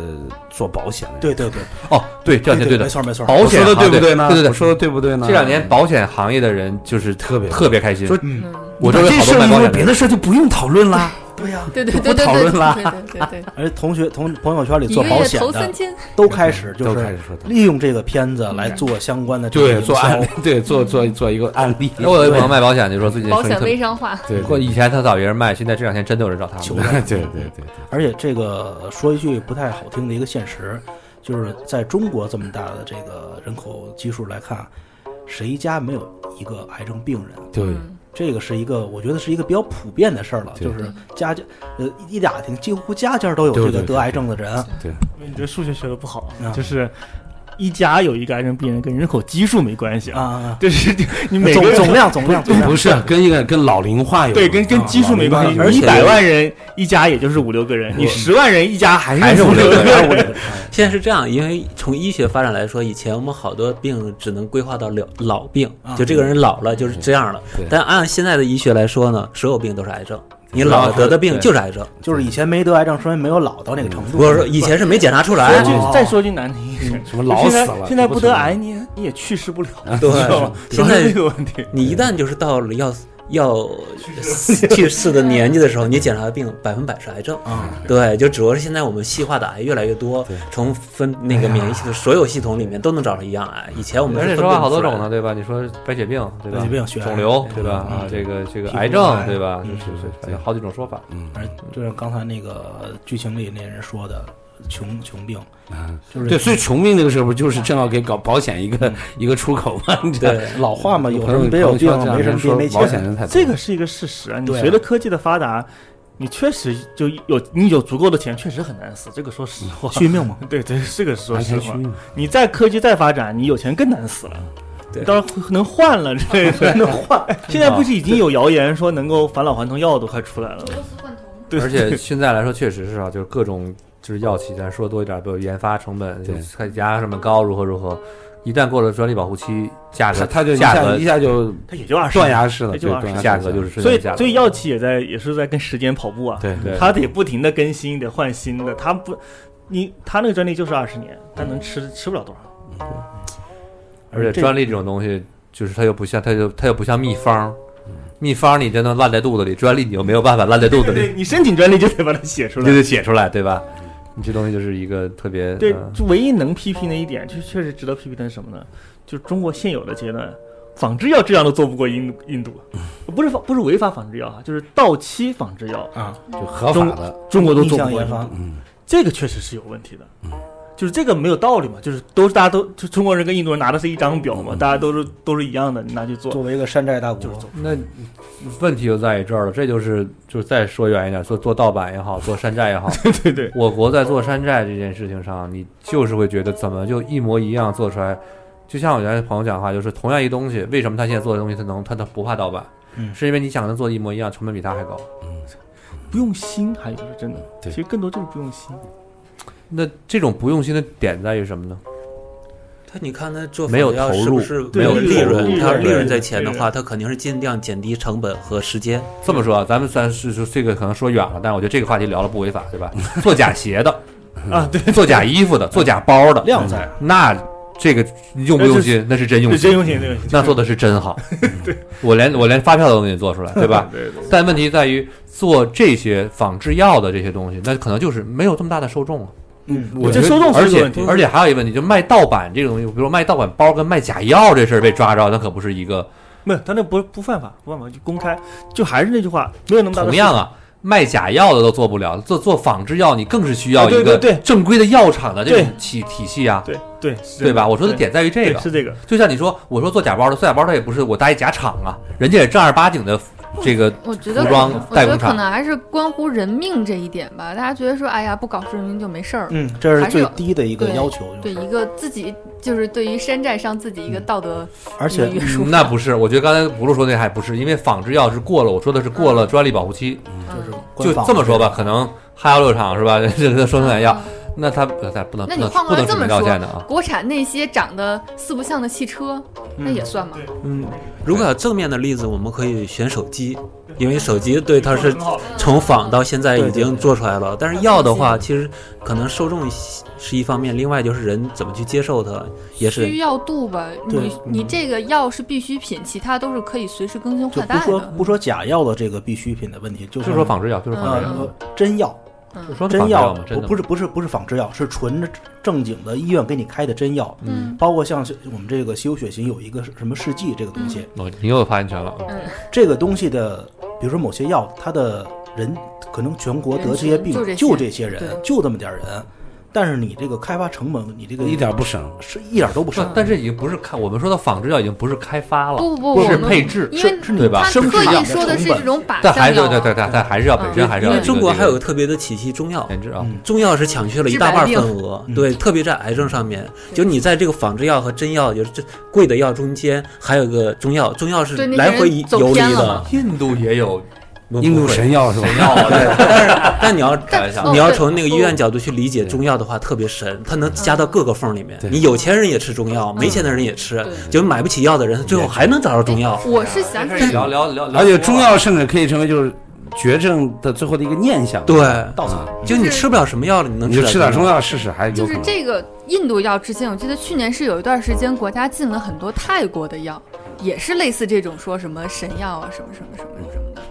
Speaker 4: 做保险的人。
Speaker 3: 对对对，
Speaker 1: 哦，对，这两天对的
Speaker 3: 没，错没错，
Speaker 1: 保险
Speaker 4: 我说的
Speaker 1: 行
Speaker 4: 哎对不
Speaker 1: 业
Speaker 4: 对呢？
Speaker 1: 对对
Speaker 4: 我说的对不对呢？
Speaker 1: 这两年保险行业的人就是特
Speaker 4: 特别
Speaker 1: 特别开心，
Speaker 4: 说
Speaker 3: 嗯，
Speaker 6: 嗯，
Speaker 1: 我周围
Speaker 4: 这
Speaker 1: 好
Speaker 4: 事
Speaker 1: 多卖
Speaker 4: 儿
Speaker 1: 保
Speaker 4: 因为
Speaker 1: 险
Speaker 4: 别的事儿就不用讨论 [laughs] 啦。
Speaker 3: 对呀，
Speaker 6: 对对
Speaker 4: 就
Speaker 6: 对
Speaker 4: 不
Speaker 6: 对
Speaker 4: 讨
Speaker 6: 对
Speaker 4: 论了
Speaker 6: 对对对
Speaker 3: 而且同学同朋友圈里
Speaker 6: 对，一
Speaker 3: 做
Speaker 6: 个
Speaker 3: 保
Speaker 6: 月
Speaker 3: 险
Speaker 6: 投三
Speaker 3: 的
Speaker 6: 千，
Speaker 3: 都开始就
Speaker 4: 都开
Speaker 3: 是
Speaker 4: 始说的，
Speaker 3: 利用这个片子来做相关的这个
Speaker 4: 对，
Speaker 3: 营
Speaker 4: 做案
Speaker 3: 销
Speaker 4: 例，对，做做做一个案 [laughs] 例。
Speaker 1: 我有一朋友卖保险的就说最近
Speaker 6: 保
Speaker 1: 生意
Speaker 6: 险
Speaker 1: 特
Speaker 6: 微
Speaker 1: 别，
Speaker 6: 商化，
Speaker 4: 对，
Speaker 1: 过以前他找别人卖，现在这两天真的有人找他
Speaker 3: 求
Speaker 1: 卖。
Speaker 3: 着
Speaker 4: 对对对对，
Speaker 3: 而且这个说一句不太好听的一个现实，就是在中国这么大的这个人口基数来看，谁家没有一个癌症病人？
Speaker 4: 对
Speaker 6: 嗯
Speaker 3: 这个是一个，我觉得是一个比较普遍的事儿了，
Speaker 4: 对
Speaker 3: 就是家家呃一打听，几乎家家都有
Speaker 4: 对
Speaker 3: 这个
Speaker 4: 对对
Speaker 3: 得癌症的人。
Speaker 2: 因为你这数学学的不好
Speaker 3: 啊，
Speaker 2: 就是一家有一个癌症病人，跟人口基数没关系 [laughs]
Speaker 3: 啊
Speaker 2: 啊。
Speaker 3: 啊，
Speaker 2: 这是你每个人
Speaker 3: 总总量总量总量
Speaker 4: 不是跟一个跟老龄化有啊
Speaker 2: 对跟跟基数没关系，
Speaker 4: 而
Speaker 2: 你一
Speaker 4: 且
Speaker 2: 百万人一家也就是五六个人，你十万人一家还
Speaker 4: 还是
Speaker 2: 五
Speaker 4: 五
Speaker 2: 六
Speaker 4: 六
Speaker 2: 个
Speaker 4: 个
Speaker 2: 人。
Speaker 4: 人，
Speaker 5: 现在是这样，因为从医学发展来说，以前我们好多病只能规划到老老病，
Speaker 1: 啊
Speaker 5: 就这个人老了就是这样了
Speaker 4: 对。
Speaker 5: 但按现在的医学来说呢，所有病都是癌症，你
Speaker 4: 主要
Speaker 5: 老了
Speaker 4: 是
Speaker 5: 得的病
Speaker 4: 对
Speaker 5: 就是癌症。
Speaker 3: 就是以前没得癌症，说明没有老到那个程度。
Speaker 5: 嗯我说以前是没检查出
Speaker 2: 哎
Speaker 5: 来，
Speaker 3: 哦
Speaker 2: 再说句难听一点，
Speaker 4: 什么老死了，
Speaker 2: 现在不得癌
Speaker 4: 不
Speaker 2: 你你也去世不了，
Speaker 5: 对啊
Speaker 2: 知道吗？
Speaker 5: 现
Speaker 2: 主要是
Speaker 5: 在
Speaker 2: 这个问题，
Speaker 5: 你一旦就是到了要要去世的年纪的时候，你检查的病百分百是癌症。
Speaker 3: 啊，
Speaker 5: 对，就主要是现在我们细化的癌越来越多，从分那个免疫
Speaker 4: 哎
Speaker 5: 系统所有系统里面都能找到一样癌。以前我们
Speaker 1: 而且
Speaker 5: 是
Speaker 1: 说
Speaker 5: 分
Speaker 1: 话
Speaker 5: 辨
Speaker 1: 好
Speaker 5: 不
Speaker 1: 多
Speaker 5: 出来
Speaker 1: 种呢，对吧？你说白血病，对吧？
Speaker 3: 白血病血癌
Speaker 1: 肿瘤，对吧？
Speaker 3: 嗯
Speaker 1: 啊，这个这个
Speaker 3: 皮肤
Speaker 1: 癌症，
Speaker 3: 癌
Speaker 1: 对吧？
Speaker 3: 嗯
Speaker 1: 是是是，反正好几种说法。
Speaker 4: 嗯
Speaker 3: 而就像刚才那个剧情里那人说的，穷穷病，
Speaker 4: 嗯
Speaker 3: 就是
Speaker 4: 对，所以穷病这个事儿不就是正好给搞保险一个一个出口吗？你知道
Speaker 5: 对，
Speaker 3: 老话嘛，有
Speaker 4: 朋
Speaker 3: 什
Speaker 4: 友
Speaker 3: 么别有
Speaker 4: 朋友圈
Speaker 3: 病
Speaker 4: 这，样
Speaker 3: 没什么
Speaker 4: 说
Speaker 3: 病没
Speaker 4: 保险
Speaker 3: 钱。
Speaker 4: 人太多
Speaker 2: 这个是一个事实啊。你
Speaker 3: 对啊
Speaker 2: 随着科技的发达，你确实就有你有足够的钱，确实很难死。这个说实话，
Speaker 3: 续命嘛，
Speaker 2: [laughs] 对对，这个说
Speaker 4: 完
Speaker 2: 实话
Speaker 4: 全虚，命
Speaker 2: 你再科技再发展，你有钱更难死了。
Speaker 5: 对
Speaker 2: 到时候能换了，这个能
Speaker 1: [laughs]
Speaker 2: 换。现在不是已经有谣言说能够返老还童药都快出来了吗？对，
Speaker 1: 而且现在来说，确实是啊，就是各种就是药企，咱说多一点，比如研发成本、
Speaker 4: 对
Speaker 1: 开价成本高，如何如何。一旦过了专利保护期，价格
Speaker 4: 他他就一
Speaker 1: 价
Speaker 4: 下
Speaker 1: 格
Speaker 4: 一下就
Speaker 2: 它也就二十，
Speaker 4: 断崖式的，
Speaker 2: 也就
Speaker 4: 对，
Speaker 2: 二十
Speaker 4: 断崖
Speaker 1: 价格就是是
Speaker 2: 所以
Speaker 1: 价格
Speaker 2: 所以药企也在也是在跟时间跑步啊。
Speaker 4: 对
Speaker 1: 对
Speaker 2: 它得不停的更新，得换新的。它不，你它那个专利就是二十年，它能吃吃不了多少。
Speaker 1: 嗯而且
Speaker 3: 这
Speaker 1: 专利这种东西，就是它又不像，它就它又不像秘方，
Speaker 2: 嗯
Speaker 1: 秘方你真的烂在肚子里，专利你又没有办法烂在肚
Speaker 2: [laughs]
Speaker 1: 子
Speaker 2: 对
Speaker 1: 里，
Speaker 2: 你申请专利就得把它写出
Speaker 1: 你
Speaker 2: 来
Speaker 1: 就。得写出来，对吧？你这东西就是一个特别
Speaker 2: 对
Speaker 1: 呃，
Speaker 2: 就唯一能批评的一点，就确实值得批评的是什么呢？就是中国现有的阶段，仿制药这样都做不过印度
Speaker 1: [laughs]
Speaker 2: 印度，不是仿不是违法仿制药啊，就是到期仿制
Speaker 1: 啊
Speaker 2: 药，
Speaker 4: 就合法
Speaker 2: 中
Speaker 4: 的，
Speaker 2: 中国都
Speaker 3: 逆
Speaker 2: 做
Speaker 3: 向
Speaker 2: 不过
Speaker 3: 研
Speaker 2: 印度
Speaker 3: 发，
Speaker 4: 嗯，
Speaker 2: 这个确实是有问题的。
Speaker 1: 嗯
Speaker 2: 就是这个没有道理嘛，就是都是大家都就中国人跟印度人拿的是一张表
Speaker 1: 嗯
Speaker 2: 嘛，大家都是都是一样的，你拿去做
Speaker 3: 作为一个山寨大
Speaker 2: 就是
Speaker 3: 国，
Speaker 2: 做。
Speaker 1: 那问题就在于这儿了，这就是就是再说远一点，说做盗版也好，做山寨也好，
Speaker 2: [laughs] 对对，
Speaker 1: 我国在做山寨这件事情上，你就是会觉得怎么就一模一样做出来？就像我原来朋友讲话，就是同样一东西，为什么他现在做的东西他能他他不怕盗版？
Speaker 3: 嗯
Speaker 1: 是因为你想跟他做一模一样，成本比他还高。
Speaker 2: 不用心，还有就是真的，其
Speaker 4: 对
Speaker 2: 实更多就是不用心。
Speaker 1: 那这种不用心的点在于什么呢？
Speaker 5: 他你看他做
Speaker 1: 没有
Speaker 5: 仿药
Speaker 1: 投
Speaker 5: 是不
Speaker 1: 入
Speaker 5: 是
Speaker 1: 没有
Speaker 5: 利
Speaker 1: 投入
Speaker 5: 润？他要是利
Speaker 2: 对
Speaker 5: 润在前的
Speaker 2: 对
Speaker 5: 话，他肯定是尽量减低成本和时间。
Speaker 1: 这么说啊，咱们算是是这个可能说远了，但是我觉得这个话题聊了不违法，对吧？ [laughs] 做假鞋的
Speaker 2: 啊，
Speaker 1: 对，做假衣服的，做假包的，嗯
Speaker 3: 量在
Speaker 1: 那这个用
Speaker 2: 哎
Speaker 1: 不用心？那是真用
Speaker 2: 对，
Speaker 1: 心嗯
Speaker 2: 真，用心，真用心。
Speaker 1: 那做的是
Speaker 2: [laughs]
Speaker 1: 真好。我连我连发票都能给你做出来，对吧？
Speaker 2: 对对对
Speaker 1: 但问题在于做这些仿制药的这些东西，那可能就是没有这么大的受众了。啊
Speaker 3: 嗯，
Speaker 1: 我
Speaker 2: 这
Speaker 1: 觉得
Speaker 2: 受众是
Speaker 1: 而
Speaker 2: 个
Speaker 1: 且
Speaker 2: 问题
Speaker 1: 而且还有一个问题，就卖盗版这个东西，比如卖盗版包跟卖假药这事儿被抓着，那可不是一个
Speaker 2: 没有，他那不不犯法，不犯法就公开，就还是那句话，没有那么大的
Speaker 1: 同
Speaker 2: 市
Speaker 1: 样
Speaker 2: 场，
Speaker 1: 啊。卖假药的都做不了，做做仿制药你更是需要
Speaker 2: 啊对
Speaker 1: 一个
Speaker 2: 对对
Speaker 1: 正规的药厂的这种
Speaker 2: 对
Speaker 1: 体体系啊，
Speaker 2: 对对是这
Speaker 1: 对吧？
Speaker 2: 样
Speaker 1: 我说的点在于这
Speaker 2: 对
Speaker 1: 个，
Speaker 2: 是这个，
Speaker 1: 就像你说，我说做假包的，做假包它也不是我搭一假厂啊，人家也正儿八经的这个
Speaker 6: 我觉得
Speaker 1: 服
Speaker 6: 可
Speaker 1: 装
Speaker 6: 能，我
Speaker 1: 代
Speaker 6: 觉得
Speaker 1: 工厂
Speaker 6: 可能还是关乎人命这一点吧。大家觉得说，哎呀，不搞人命就没事儿了。
Speaker 3: 嗯，这是
Speaker 6: 还是
Speaker 3: 最
Speaker 6: 有
Speaker 3: 低的一个
Speaker 6: 对
Speaker 3: 要求，
Speaker 6: 对一个自己就是对于山寨上自己一个道德
Speaker 3: 而且
Speaker 6: 约束，
Speaker 1: 嗯那不是，我觉得刚才不是说那还不是，因为仿制药是过了，我说的是过了专利保护期，
Speaker 6: 嗯
Speaker 1: 就
Speaker 3: 官方
Speaker 1: 这么说吧，可能哈药六厂是吧？ [laughs] 这个生产药，那他不他不能
Speaker 6: 嗯那
Speaker 1: 不
Speaker 6: 你
Speaker 1: 能
Speaker 6: 换
Speaker 1: 不
Speaker 6: 过来
Speaker 1: 能
Speaker 6: 这
Speaker 1: 指
Speaker 6: 么
Speaker 1: 名
Speaker 6: 说
Speaker 1: 道姓的啊，
Speaker 6: 国产那些长得四不像的汽车，那也算吗？
Speaker 5: 嗯，如果有正面的例子，我们可以选手机，因为手机对它是从仿到现在已经做出来了。但是药的话，其实可能受众是一方面，另外就是人怎么去接受它，也
Speaker 6: 需
Speaker 5: 是
Speaker 6: 要度吧，
Speaker 3: 对
Speaker 6: 你你这个药是必需品，其他都是可以随时更新
Speaker 3: 就
Speaker 6: 换
Speaker 3: 不
Speaker 6: 代
Speaker 3: 说
Speaker 6: 的。
Speaker 3: 不说假药的这个必需品的问题，就
Speaker 1: 就是是说仿制药，就是仿制药，
Speaker 6: 嗯
Speaker 3: 呃真药，
Speaker 1: 就说仿
Speaker 3: 真
Speaker 1: 制药
Speaker 3: 药
Speaker 1: 嘛，真
Speaker 3: 不
Speaker 1: 的
Speaker 3: 不是不是不是仿制药，是纯正经的医院给你开的真药，
Speaker 6: 嗯，
Speaker 3: 包括像是我们这个稀有血型有一个什么试剂这个东
Speaker 6: 嗯
Speaker 3: 西，
Speaker 1: 哦，你又有发言权了，
Speaker 3: 这个东西的，比如说某些药，它的人可能全国得这些病
Speaker 6: 人群就这些
Speaker 3: 就这些人
Speaker 6: 对，
Speaker 3: 就这么点儿人。但是你这个开发成本，你这个
Speaker 4: 一点不省。
Speaker 3: 是一点都不省。
Speaker 1: 但是已经不是开，我们说的仿制药已经不是开发了，
Speaker 6: 不不不，
Speaker 1: 不
Speaker 6: 我
Speaker 1: 是
Speaker 6: 们
Speaker 1: 配置，
Speaker 6: 因为
Speaker 1: 对吧
Speaker 6: 他？
Speaker 3: 生
Speaker 6: 特
Speaker 3: 制药
Speaker 6: 意
Speaker 3: 的
Speaker 6: 说的
Speaker 3: 成
Speaker 6: 是
Speaker 3: 本
Speaker 6: 这种靶
Speaker 1: 但还
Speaker 6: 向
Speaker 1: 是对
Speaker 6: 药
Speaker 1: 对对
Speaker 6: 啊，
Speaker 1: 对，但还是要本身
Speaker 6: 嗯
Speaker 1: 还是
Speaker 5: 因
Speaker 1: 要
Speaker 5: 为
Speaker 1: 这
Speaker 5: 中国还有
Speaker 1: 这
Speaker 5: 个特别的体系，中药。
Speaker 1: 研制啊，
Speaker 3: 嗯
Speaker 5: 中药是抢去了一大半份额
Speaker 3: 嗯，
Speaker 5: 对，特别在癌症上面，就你在这个仿制药和真药，就是这贵的药中间还有个中药，中药是
Speaker 6: 对那些
Speaker 5: 来回
Speaker 6: 人
Speaker 5: 游
Speaker 6: 走
Speaker 5: 游离
Speaker 6: 偏了
Speaker 5: 的
Speaker 6: 嘛，
Speaker 1: 印度啊也有
Speaker 5: 不
Speaker 4: 印度
Speaker 5: 不会
Speaker 4: 神药是吧？
Speaker 1: 药，啊对，
Speaker 5: 但是 [laughs] 但你要
Speaker 1: 开玩笑
Speaker 6: 哦
Speaker 5: 你要
Speaker 6: 对
Speaker 5: 从那个医院
Speaker 6: 哦
Speaker 5: 角度去理解中药的话，特别神，它能加到各个缝里面
Speaker 4: 对。
Speaker 5: 你有钱人也吃中药，
Speaker 6: 嗯
Speaker 5: 没钱的人也吃
Speaker 6: 对，
Speaker 5: 就买不起药的人最后还能找到中药。
Speaker 6: 我是想起
Speaker 1: 这聊聊聊，聊
Speaker 4: [laughs] 而
Speaker 1: 多
Speaker 4: 且
Speaker 1: 了
Speaker 4: 中药甚至可以成为就是绝症的最后的一个念想。
Speaker 5: 对，
Speaker 4: 稻
Speaker 1: 啊
Speaker 4: 草，
Speaker 5: 就你吃不了什么药了，你能
Speaker 4: 你就吃点中
Speaker 5: 药。
Speaker 4: 药试试，还有
Speaker 6: 就
Speaker 4: 可
Speaker 6: 是
Speaker 4: 能。
Speaker 6: 这个印度药之前，我记得去年是有一段时间，国家进了很多泰国的药，也是类似这种说什么神药啊，什么什么什么什么的。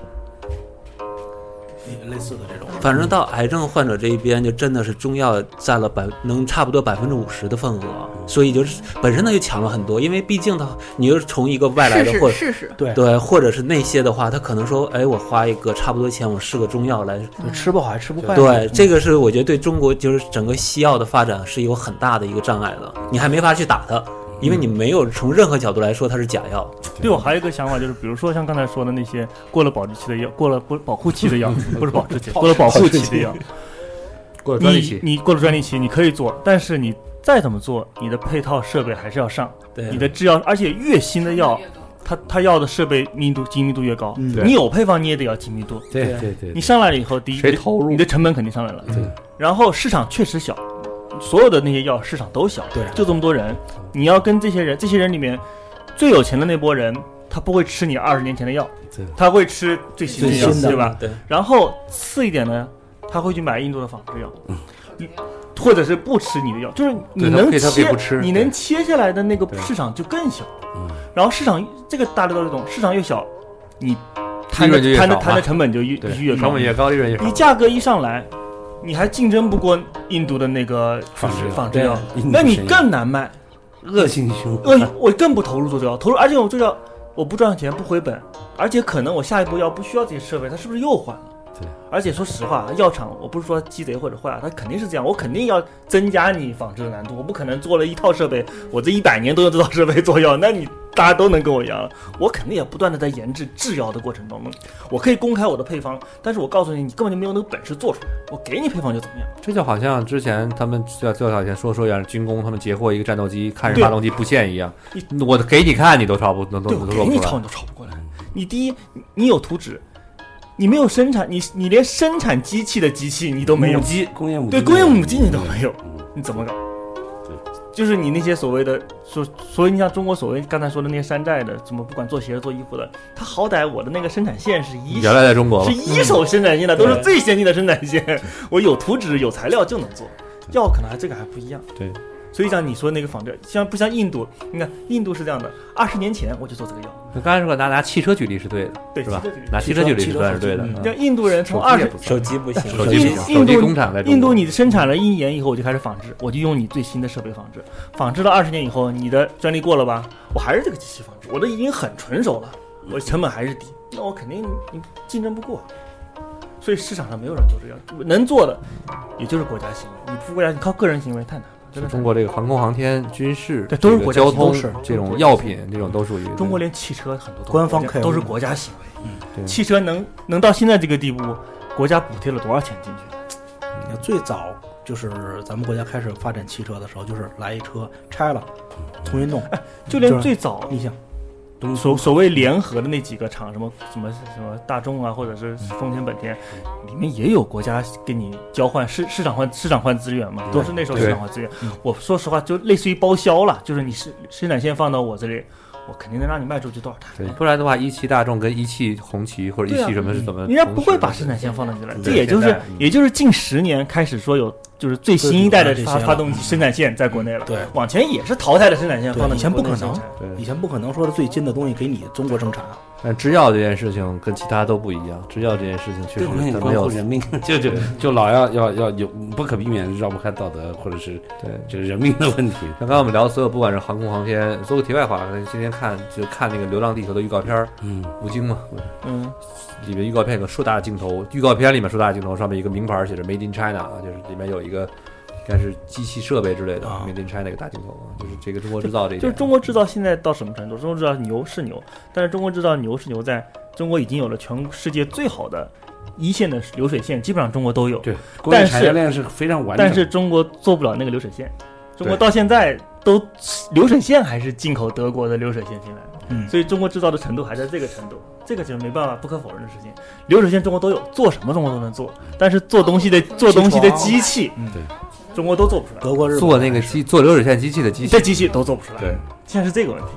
Speaker 3: 类似的这种，
Speaker 5: 反正到癌症患者这一边，就真的是中药占了百能差不多百分之五十的份额，所以就是本身它就抢了很多，因为毕竟它你就是从一个外来的
Speaker 6: 试
Speaker 5: 或
Speaker 6: 试试试，
Speaker 3: 对，
Speaker 5: 对，或者是那些的话，他可能说，哎，我花一个差不多钱，我试个中药来
Speaker 3: 就
Speaker 6: 嗯
Speaker 3: 吃不好还吃不坏。
Speaker 5: 对，嗯这
Speaker 3: 个
Speaker 5: 个是我觉得对中国就是整个西药的发展是有很大的一个障碍的，你还没法去打它，因为你没有从任何角度来说它是假药。
Speaker 2: 对我还有一个想法，就是比如说像刚才说的那些过了保质期的药，过了不保护期的药，不是保质期，过了保护期的药，
Speaker 1: 过了专利
Speaker 2: 你
Speaker 1: 期，
Speaker 2: 你过了专利期，你可以做，但是你再怎么做，你的配套设备还是要上，
Speaker 5: 对，
Speaker 2: 你的制药，而且越新的药，它它要的设备密度精密度越高，
Speaker 3: 嗯
Speaker 2: 你有配方你也得要精密度，
Speaker 4: 对对对
Speaker 2: 你，上来了以后，第一
Speaker 1: 谁投入
Speaker 2: 你的成本肯定上来了，
Speaker 4: 对
Speaker 2: 然后市场确实小，所有的那些药市场都小，
Speaker 3: 对
Speaker 2: 就这么多人，你要跟这些人，这些人里面最有钱的那波人，他不会吃你二十年前的药
Speaker 4: 对，
Speaker 2: 他会吃最新的药，
Speaker 3: 最新的
Speaker 2: 对吧？
Speaker 5: 对，
Speaker 2: 然后次一点呢，他会去买印度的仿制药，你或者是不吃你的药，就是你
Speaker 1: 嗯对他
Speaker 2: 能
Speaker 1: 可以他可以
Speaker 2: 切
Speaker 1: 不吃
Speaker 2: 你能切下来的那个
Speaker 1: 对
Speaker 2: 市场就更小
Speaker 4: 嗯，
Speaker 2: 然后市场这个大家都懂，市场越小，你摊
Speaker 1: 利
Speaker 2: 的
Speaker 1: 润就越
Speaker 2: 摊的
Speaker 1: 少
Speaker 2: 摊的
Speaker 1: 嘛
Speaker 2: 成本就越
Speaker 1: 对，嗯哎
Speaker 2: 越高
Speaker 1: 成，本越高，利润越少
Speaker 2: 你。价格一上来，你还竞争不过印度的那个
Speaker 4: 仿制药
Speaker 2: 仿制药，
Speaker 4: 印度
Speaker 2: 那你
Speaker 4: 神药
Speaker 2: 更难卖。
Speaker 4: 恶性循
Speaker 2: 我
Speaker 4: 环。
Speaker 2: 我更不投入做这药，投入而且我做这药我不赚钱不回本，而且可能我下一步药不需要这些设备，它是不是又换了？
Speaker 4: 对。
Speaker 2: 而且说实话，药厂我不是说鸡贼或者坏啊，它肯定是这样，我肯定要增加你仿制的难度，我不可能做了一套设备，我这一百年都用这套设备做药，那你大家都能跟我一样，我肯定也不断的在研制制药的过程当中，我可以公开我的配方，但是我告诉你，你根本就没有那个本事做出来，我给你配方就怎么样？
Speaker 1: 这就好像之前他们最最早以前说说，像军工他们截获一个战斗机，看着发动机不限一样，我给你看你都抄不都都
Speaker 2: 对，
Speaker 1: 都
Speaker 2: 我
Speaker 1: 做
Speaker 2: 给
Speaker 1: 不
Speaker 2: 你
Speaker 1: 出
Speaker 2: 抄你
Speaker 1: 来。
Speaker 2: 都抄不过来。你第一，你你有图纸，你没有生产，你你连生产机器的机器你都没有
Speaker 4: 母，鸡，工业母鸡，
Speaker 2: 对，工业母鸡你都没有，
Speaker 4: 嗯。
Speaker 2: 你怎么搞？就是你那些所谓的所，所以你像中国所谓刚才说的那些山寨的，怎么不管做鞋的做衣服的，他好歹我的那个生产线是一
Speaker 1: 原来在中国
Speaker 2: 是
Speaker 1: 嘛，
Speaker 2: 一手生产线的，都是最先进的生产线。我有图纸，有材料就能做。药可能还这个还不一样。
Speaker 4: 对，
Speaker 2: 所以像你说那个仿制，像不像印度？你看印度是这样的，二十年前我就做这个药，
Speaker 1: 刚才说拿拿汽车举例是对的，
Speaker 2: 对
Speaker 1: 是吧
Speaker 2: 汽车举例？
Speaker 1: 拿汽车举例是算是对的。
Speaker 2: 你
Speaker 1: 嗯
Speaker 2: 像印度人从二十
Speaker 5: 手机不行，
Speaker 1: 手机不行，
Speaker 2: 印
Speaker 1: 手机
Speaker 2: 印度
Speaker 1: 工厂在中国
Speaker 2: 印度，你生产了一年以后，我就开始仿制，我就用你最新的设备仿制。仿制了二十年以后，你的专利过了吧？我还是这个机器仿制，我的已经很纯熟了，我成本还是低，那我肯定你竞争不过。所以市场上没有人做这样，能做的也就是国家行为，你不国家你靠个人行为太难了，真的太
Speaker 1: 中
Speaker 2: 难。
Speaker 1: 国这个航空航天、军事、
Speaker 2: 对都是
Speaker 1: 这个
Speaker 2: 国家
Speaker 1: 交
Speaker 2: 都
Speaker 1: 通
Speaker 2: 是
Speaker 1: 这种药品，这种都属于
Speaker 2: 中国连汽车很多都是
Speaker 3: 官方
Speaker 2: 国家
Speaker 3: 开发
Speaker 2: 都是国家行为，
Speaker 1: 对
Speaker 2: 汽车能能到现在这个地步，国家补贴了多少钱进去？
Speaker 3: 最早就是咱们国家开始发展汽车的时候，就是来一车拆了，重新
Speaker 1: 嗯
Speaker 3: 弄。
Speaker 2: 就连
Speaker 3: 就是
Speaker 2: 最早
Speaker 3: 你想，
Speaker 2: 所所谓联合的那几个厂，什么什么什么大众啊，或者是丰田、本田，里面也有国家给你交换市市场换市场换资源嘛，都是那时候市场换资源
Speaker 3: 对嗯。
Speaker 2: 我说实话，就类似于包销了，就是你生生产线放到我这里，我肯定能让你卖出去多少台。
Speaker 1: 对，不然的话，一汽大众跟一汽红旗或者一
Speaker 2: 对啊
Speaker 1: 汽什么是怎么同时
Speaker 2: 人
Speaker 1: 的？
Speaker 2: 家不会把生产线放到你这来，
Speaker 1: 对
Speaker 2: 这也就是
Speaker 1: 现在嗯
Speaker 2: 也就是近十年开始说有就是最新一代的
Speaker 3: 对对
Speaker 2: 发
Speaker 3: 这些了
Speaker 2: 发动机生产线在国内了，
Speaker 3: 对，
Speaker 2: 往前也是淘汰的生产线
Speaker 3: 对
Speaker 2: 放到
Speaker 3: 以前
Speaker 2: 你国
Speaker 3: 不
Speaker 2: 内
Speaker 3: 可
Speaker 2: 生
Speaker 3: 能
Speaker 2: 产
Speaker 3: 以
Speaker 1: 对，
Speaker 3: 前不可能说最近的东西给你中国生产，啊
Speaker 1: 但制药这件事情跟其他都不一样，制药这件事情确
Speaker 4: 对，
Speaker 1: 实
Speaker 4: 我看你
Speaker 1: 它没
Speaker 4: 关乎
Speaker 1: 有
Speaker 4: 人命，就就就老要要要有不可避免绕不开道德或者是
Speaker 1: 对。
Speaker 4: 这个人命的问题。
Speaker 1: 像刚刚我们聊的所有，不管是航空航天，做个题外话，可能今天看就看那个《流浪地球》的预告片儿，
Speaker 4: 嗯，
Speaker 1: 吴京嘛，
Speaker 2: 嗯，
Speaker 1: 里面预告片有个硕大的镜头，预告片里面硕大的镜头上面一个名牌写着 “Made in China” 啊，就是里面有一个应该是机器设备之类的
Speaker 3: 啊
Speaker 1: ，Made in China 一个大镜头，啊就是这个中国制造这一
Speaker 2: 就是
Speaker 1: 点。
Speaker 2: 中国制造现在到什么程度？中国制造牛是牛，但是中国制造牛是牛，在中国已经有了全世界最好的一线的流水线，基本上中国都有。
Speaker 4: 对，工业
Speaker 2: 但是
Speaker 4: 产业链是非常完整
Speaker 2: 但是
Speaker 4: 的。
Speaker 2: 中国做不了那个流水线，中国
Speaker 4: 对
Speaker 2: 到现在都流水线还是进口德国的流水线进来的，
Speaker 3: 嗯
Speaker 2: 所以中国制造的程度还在这个程度，这个就没办法不可否认的事情。流水线中国都有，做什么中国都能做，但是做东西的做东西的机器，
Speaker 3: 嗯
Speaker 4: 对，
Speaker 2: 中国都做不出来，
Speaker 3: 德国日本
Speaker 1: 做那个
Speaker 3: 还是
Speaker 1: 机做流水线机器的机器
Speaker 2: 这，机器都做不出来，
Speaker 4: 对，
Speaker 2: 现在是这个问题，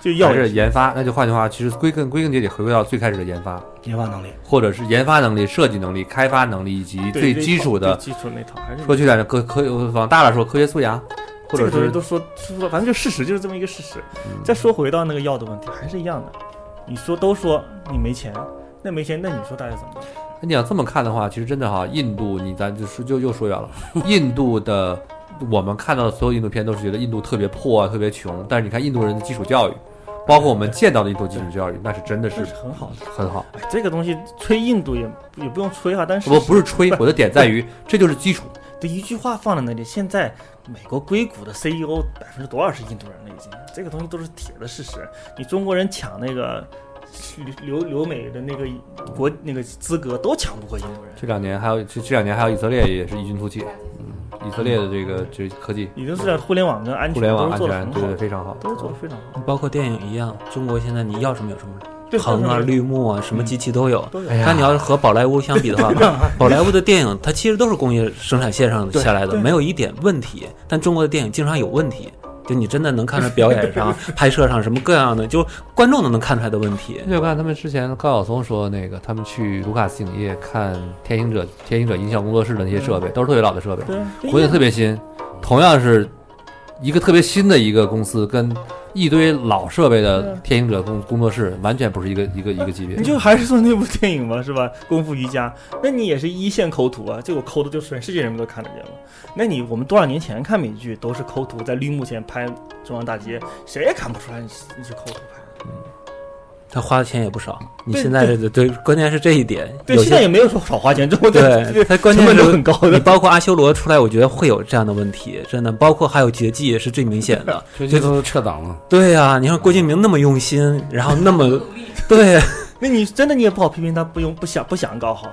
Speaker 2: 就要
Speaker 1: 要是研发，那就换句话，其实归根归根结底回归到最开始的研发，
Speaker 3: 研发能力，
Speaker 1: 或者是研发能力、设计能力、开发能力以及
Speaker 2: 对
Speaker 1: 最基础的
Speaker 2: 最基础那套还是
Speaker 1: 说句点儿科科往大了说科学素养，或
Speaker 2: 这个
Speaker 1: 者
Speaker 2: 东西
Speaker 1: 是
Speaker 2: 都说说，反正就事实就是这么一个事实。
Speaker 1: 嗯
Speaker 2: 再说回到那个药的问题，还是一样的。你说都说你没钱，那没钱，那你说大家怎么办？
Speaker 1: 你要这么看的话，其实真的哈，印度你咱就说就又说远了， [laughs] 印度的我们看到的所有印度片都是觉得印度特别破啊，特别穷，但是你看印度人的基础教育，包括我们见到的印度基础教育，那是真的
Speaker 2: 这
Speaker 1: 是
Speaker 2: 是很好的。
Speaker 1: 很好。
Speaker 2: 哎，这个东西吹印度也也不用吹啊，但是
Speaker 1: 我不是吹，
Speaker 2: 不
Speaker 1: 我的点在于这就是基础，
Speaker 2: 这一句话放在那里，现在美国硅谷的 CEO 百分之多少是印度人了？已经，这个东西都是铁的事实。你中国人抢那个留留留美的那个国那个资格，都抢不过印度人。
Speaker 1: 这两年还有这这两年还有以色列也是异军突起，嗯，以色列的这个这科技、
Speaker 2: 已经是在互联网跟安
Speaker 1: 嗯互
Speaker 2: 全嗯
Speaker 1: 联
Speaker 2: 都
Speaker 1: 网
Speaker 2: 是
Speaker 1: 安
Speaker 2: 做的很好
Speaker 1: 全对对
Speaker 2: 的，
Speaker 1: 非常好。
Speaker 2: 都是做的非常好。
Speaker 5: 包括电影一样，中国现在你要什么有什么，
Speaker 2: 对，
Speaker 5: 藤啊、
Speaker 2: 都是
Speaker 5: 绿幕啊，什么机器都有。
Speaker 2: 嗯都有啊
Speaker 1: 哎。呀
Speaker 5: 但你要是和宝莱坞相比
Speaker 2: [laughs]
Speaker 5: 的话，宝莱坞的电影它其实都是工业生产线上下来的，
Speaker 2: 对
Speaker 5: 没有一点问题。但中国的电影经常有问题，就你真的能看出表
Speaker 2: [laughs]
Speaker 5: 演上、拍摄上什么各样的，就观众都能看出来的问题。
Speaker 1: 那我看他们之前高晓松说那个，他们去卢卡斯影业看《天行者》《天行者》音效工作室的那些设备，都是特别老的设备，
Speaker 2: 嗯对，
Speaker 1: 国内特别新。同样是一个特别新的一个公司，跟一堆老设备的
Speaker 2: 嗯
Speaker 1: 天行者工工作室完全不是一个一个一个级别
Speaker 2: 你。就还是做那部电影嘛，是吧？功夫瑜伽，那你也是一线抠图啊，这我抠的就全世界人民都看得见了。那你我们多少年前看美剧都是抠图，在绿幕前拍中央大街，谁也看不出来你是你是抠图拍的。
Speaker 5: 他花的钱也不少，你
Speaker 2: 对
Speaker 5: 现在这对关键是这一点。
Speaker 2: 对，
Speaker 5: 有
Speaker 2: 现在
Speaker 5: 些
Speaker 2: 也没有说少花钱，中国 [laughs]
Speaker 5: 对，他关
Speaker 2: 成
Speaker 5: 键
Speaker 2: 本
Speaker 5: 是
Speaker 2: 都很高
Speaker 5: 你
Speaker 2: 的。
Speaker 5: 包括阿修罗出来，我觉得会有这样的问题，真的。包括还有绝技也是最明显的。
Speaker 4: 这些都撤档了，
Speaker 5: 对呀、你看郭敬明那么用心，然后那么
Speaker 2: [laughs]
Speaker 5: 对，啊
Speaker 2: 那你真的你也不好批评他不用不想不想搞好，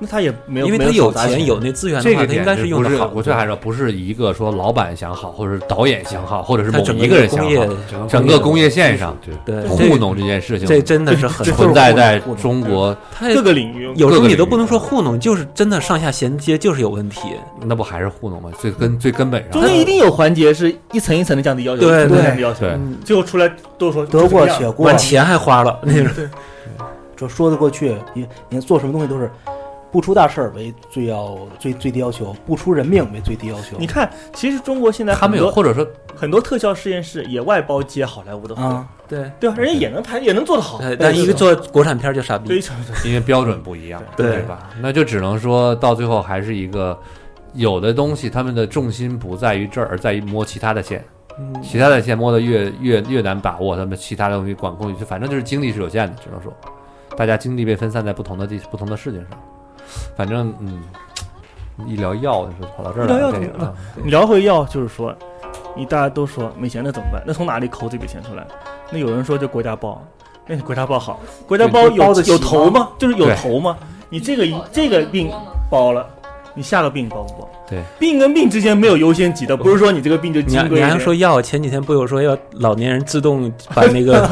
Speaker 2: 那他也没有，
Speaker 5: 因为他
Speaker 2: 没少
Speaker 5: 有
Speaker 2: 砸
Speaker 5: 钱有那资源
Speaker 1: 这
Speaker 5: 的话，
Speaker 1: 个
Speaker 5: 他
Speaker 1: 点
Speaker 5: 应该
Speaker 1: 是
Speaker 5: 用
Speaker 1: 不
Speaker 5: 的
Speaker 1: 是
Speaker 5: 好。
Speaker 1: 我这还是不是一个说老板想好，或者是导演想好，或者是
Speaker 5: 他
Speaker 1: 某
Speaker 5: 整个
Speaker 1: 一
Speaker 5: 一个
Speaker 1: 人想
Speaker 5: 工业
Speaker 1: 好，整个工业线上
Speaker 4: 对，
Speaker 5: 对
Speaker 1: 糊弄这件事
Speaker 5: 这这
Speaker 1: 情
Speaker 5: 真的是很
Speaker 1: 存在在中国，
Speaker 5: 他
Speaker 2: 各个领域
Speaker 5: 有时
Speaker 1: 各
Speaker 5: 候
Speaker 1: 个
Speaker 5: 你都
Speaker 1: 领域
Speaker 5: 不能说糊弄，就是真的上下衔接就是有问题。
Speaker 1: 那不还是糊弄吗？最根最根本上
Speaker 2: 中。间一定有环节是一层一层的降低要求，
Speaker 5: 对
Speaker 2: 一层一层
Speaker 3: 对
Speaker 2: 的要求，
Speaker 1: 对
Speaker 5: 嗯，
Speaker 2: 最后出来都说
Speaker 3: 得过
Speaker 2: 就这
Speaker 3: 且
Speaker 2: 样
Speaker 3: 过
Speaker 5: 完，钱还花了那种。
Speaker 3: 这说得过去。你你做什么东西都是不出大事儿为最要最最低要求，不出人命为最低要求。
Speaker 2: 你看，其实中国现在
Speaker 1: 他
Speaker 2: 很
Speaker 1: 们有，
Speaker 2: 多
Speaker 1: 或者说
Speaker 2: 很多特效实验室也外包接好莱坞的活，
Speaker 3: 啊，
Speaker 5: [laughs] 对，
Speaker 2: 对吧？人家也能拍，也能做得好。
Speaker 5: 呃但一个做国产片儿就傻
Speaker 2: 对
Speaker 5: 逼，
Speaker 1: 因为标准不一样，
Speaker 5: 对
Speaker 1: 吧？那就只能说到最后还是一个，有的东西他们的重心不在于这儿，而在于摸其他的线，
Speaker 5: 嗯
Speaker 1: 其他的线摸得越越越难把握，他们其他的东西管控，就反正就是精力是有限的，只能说，大家精力被分散在不同的地不同的事情上，反正嗯，医疗药就是跑到这儿
Speaker 2: 医疗
Speaker 1: 了，
Speaker 2: 药
Speaker 1: 这
Speaker 2: 挺
Speaker 1: 个啊
Speaker 2: 你聊回药，就是说，你大家都说没钱，那怎么办？那从哪里抠这笔钱出来？那有人说就国家包，那国家包好，国家包
Speaker 3: 对包
Speaker 2: 有
Speaker 3: 得起
Speaker 2: 有头吗？就是有
Speaker 1: 对
Speaker 2: 头吗？你这个这个病包了，你下个病包不包？
Speaker 1: 对，
Speaker 2: 病跟病之间没有优先级的，不是说你这个病就
Speaker 5: 你
Speaker 2: 金
Speaker 5: 还
Speaker 2: 贵
Speaker 5: 你
Speaker 2: 一
Speaker 5: 还
Speaker 2: 点
Speaker 5: 说药，前几天不有说要老年人自动把那个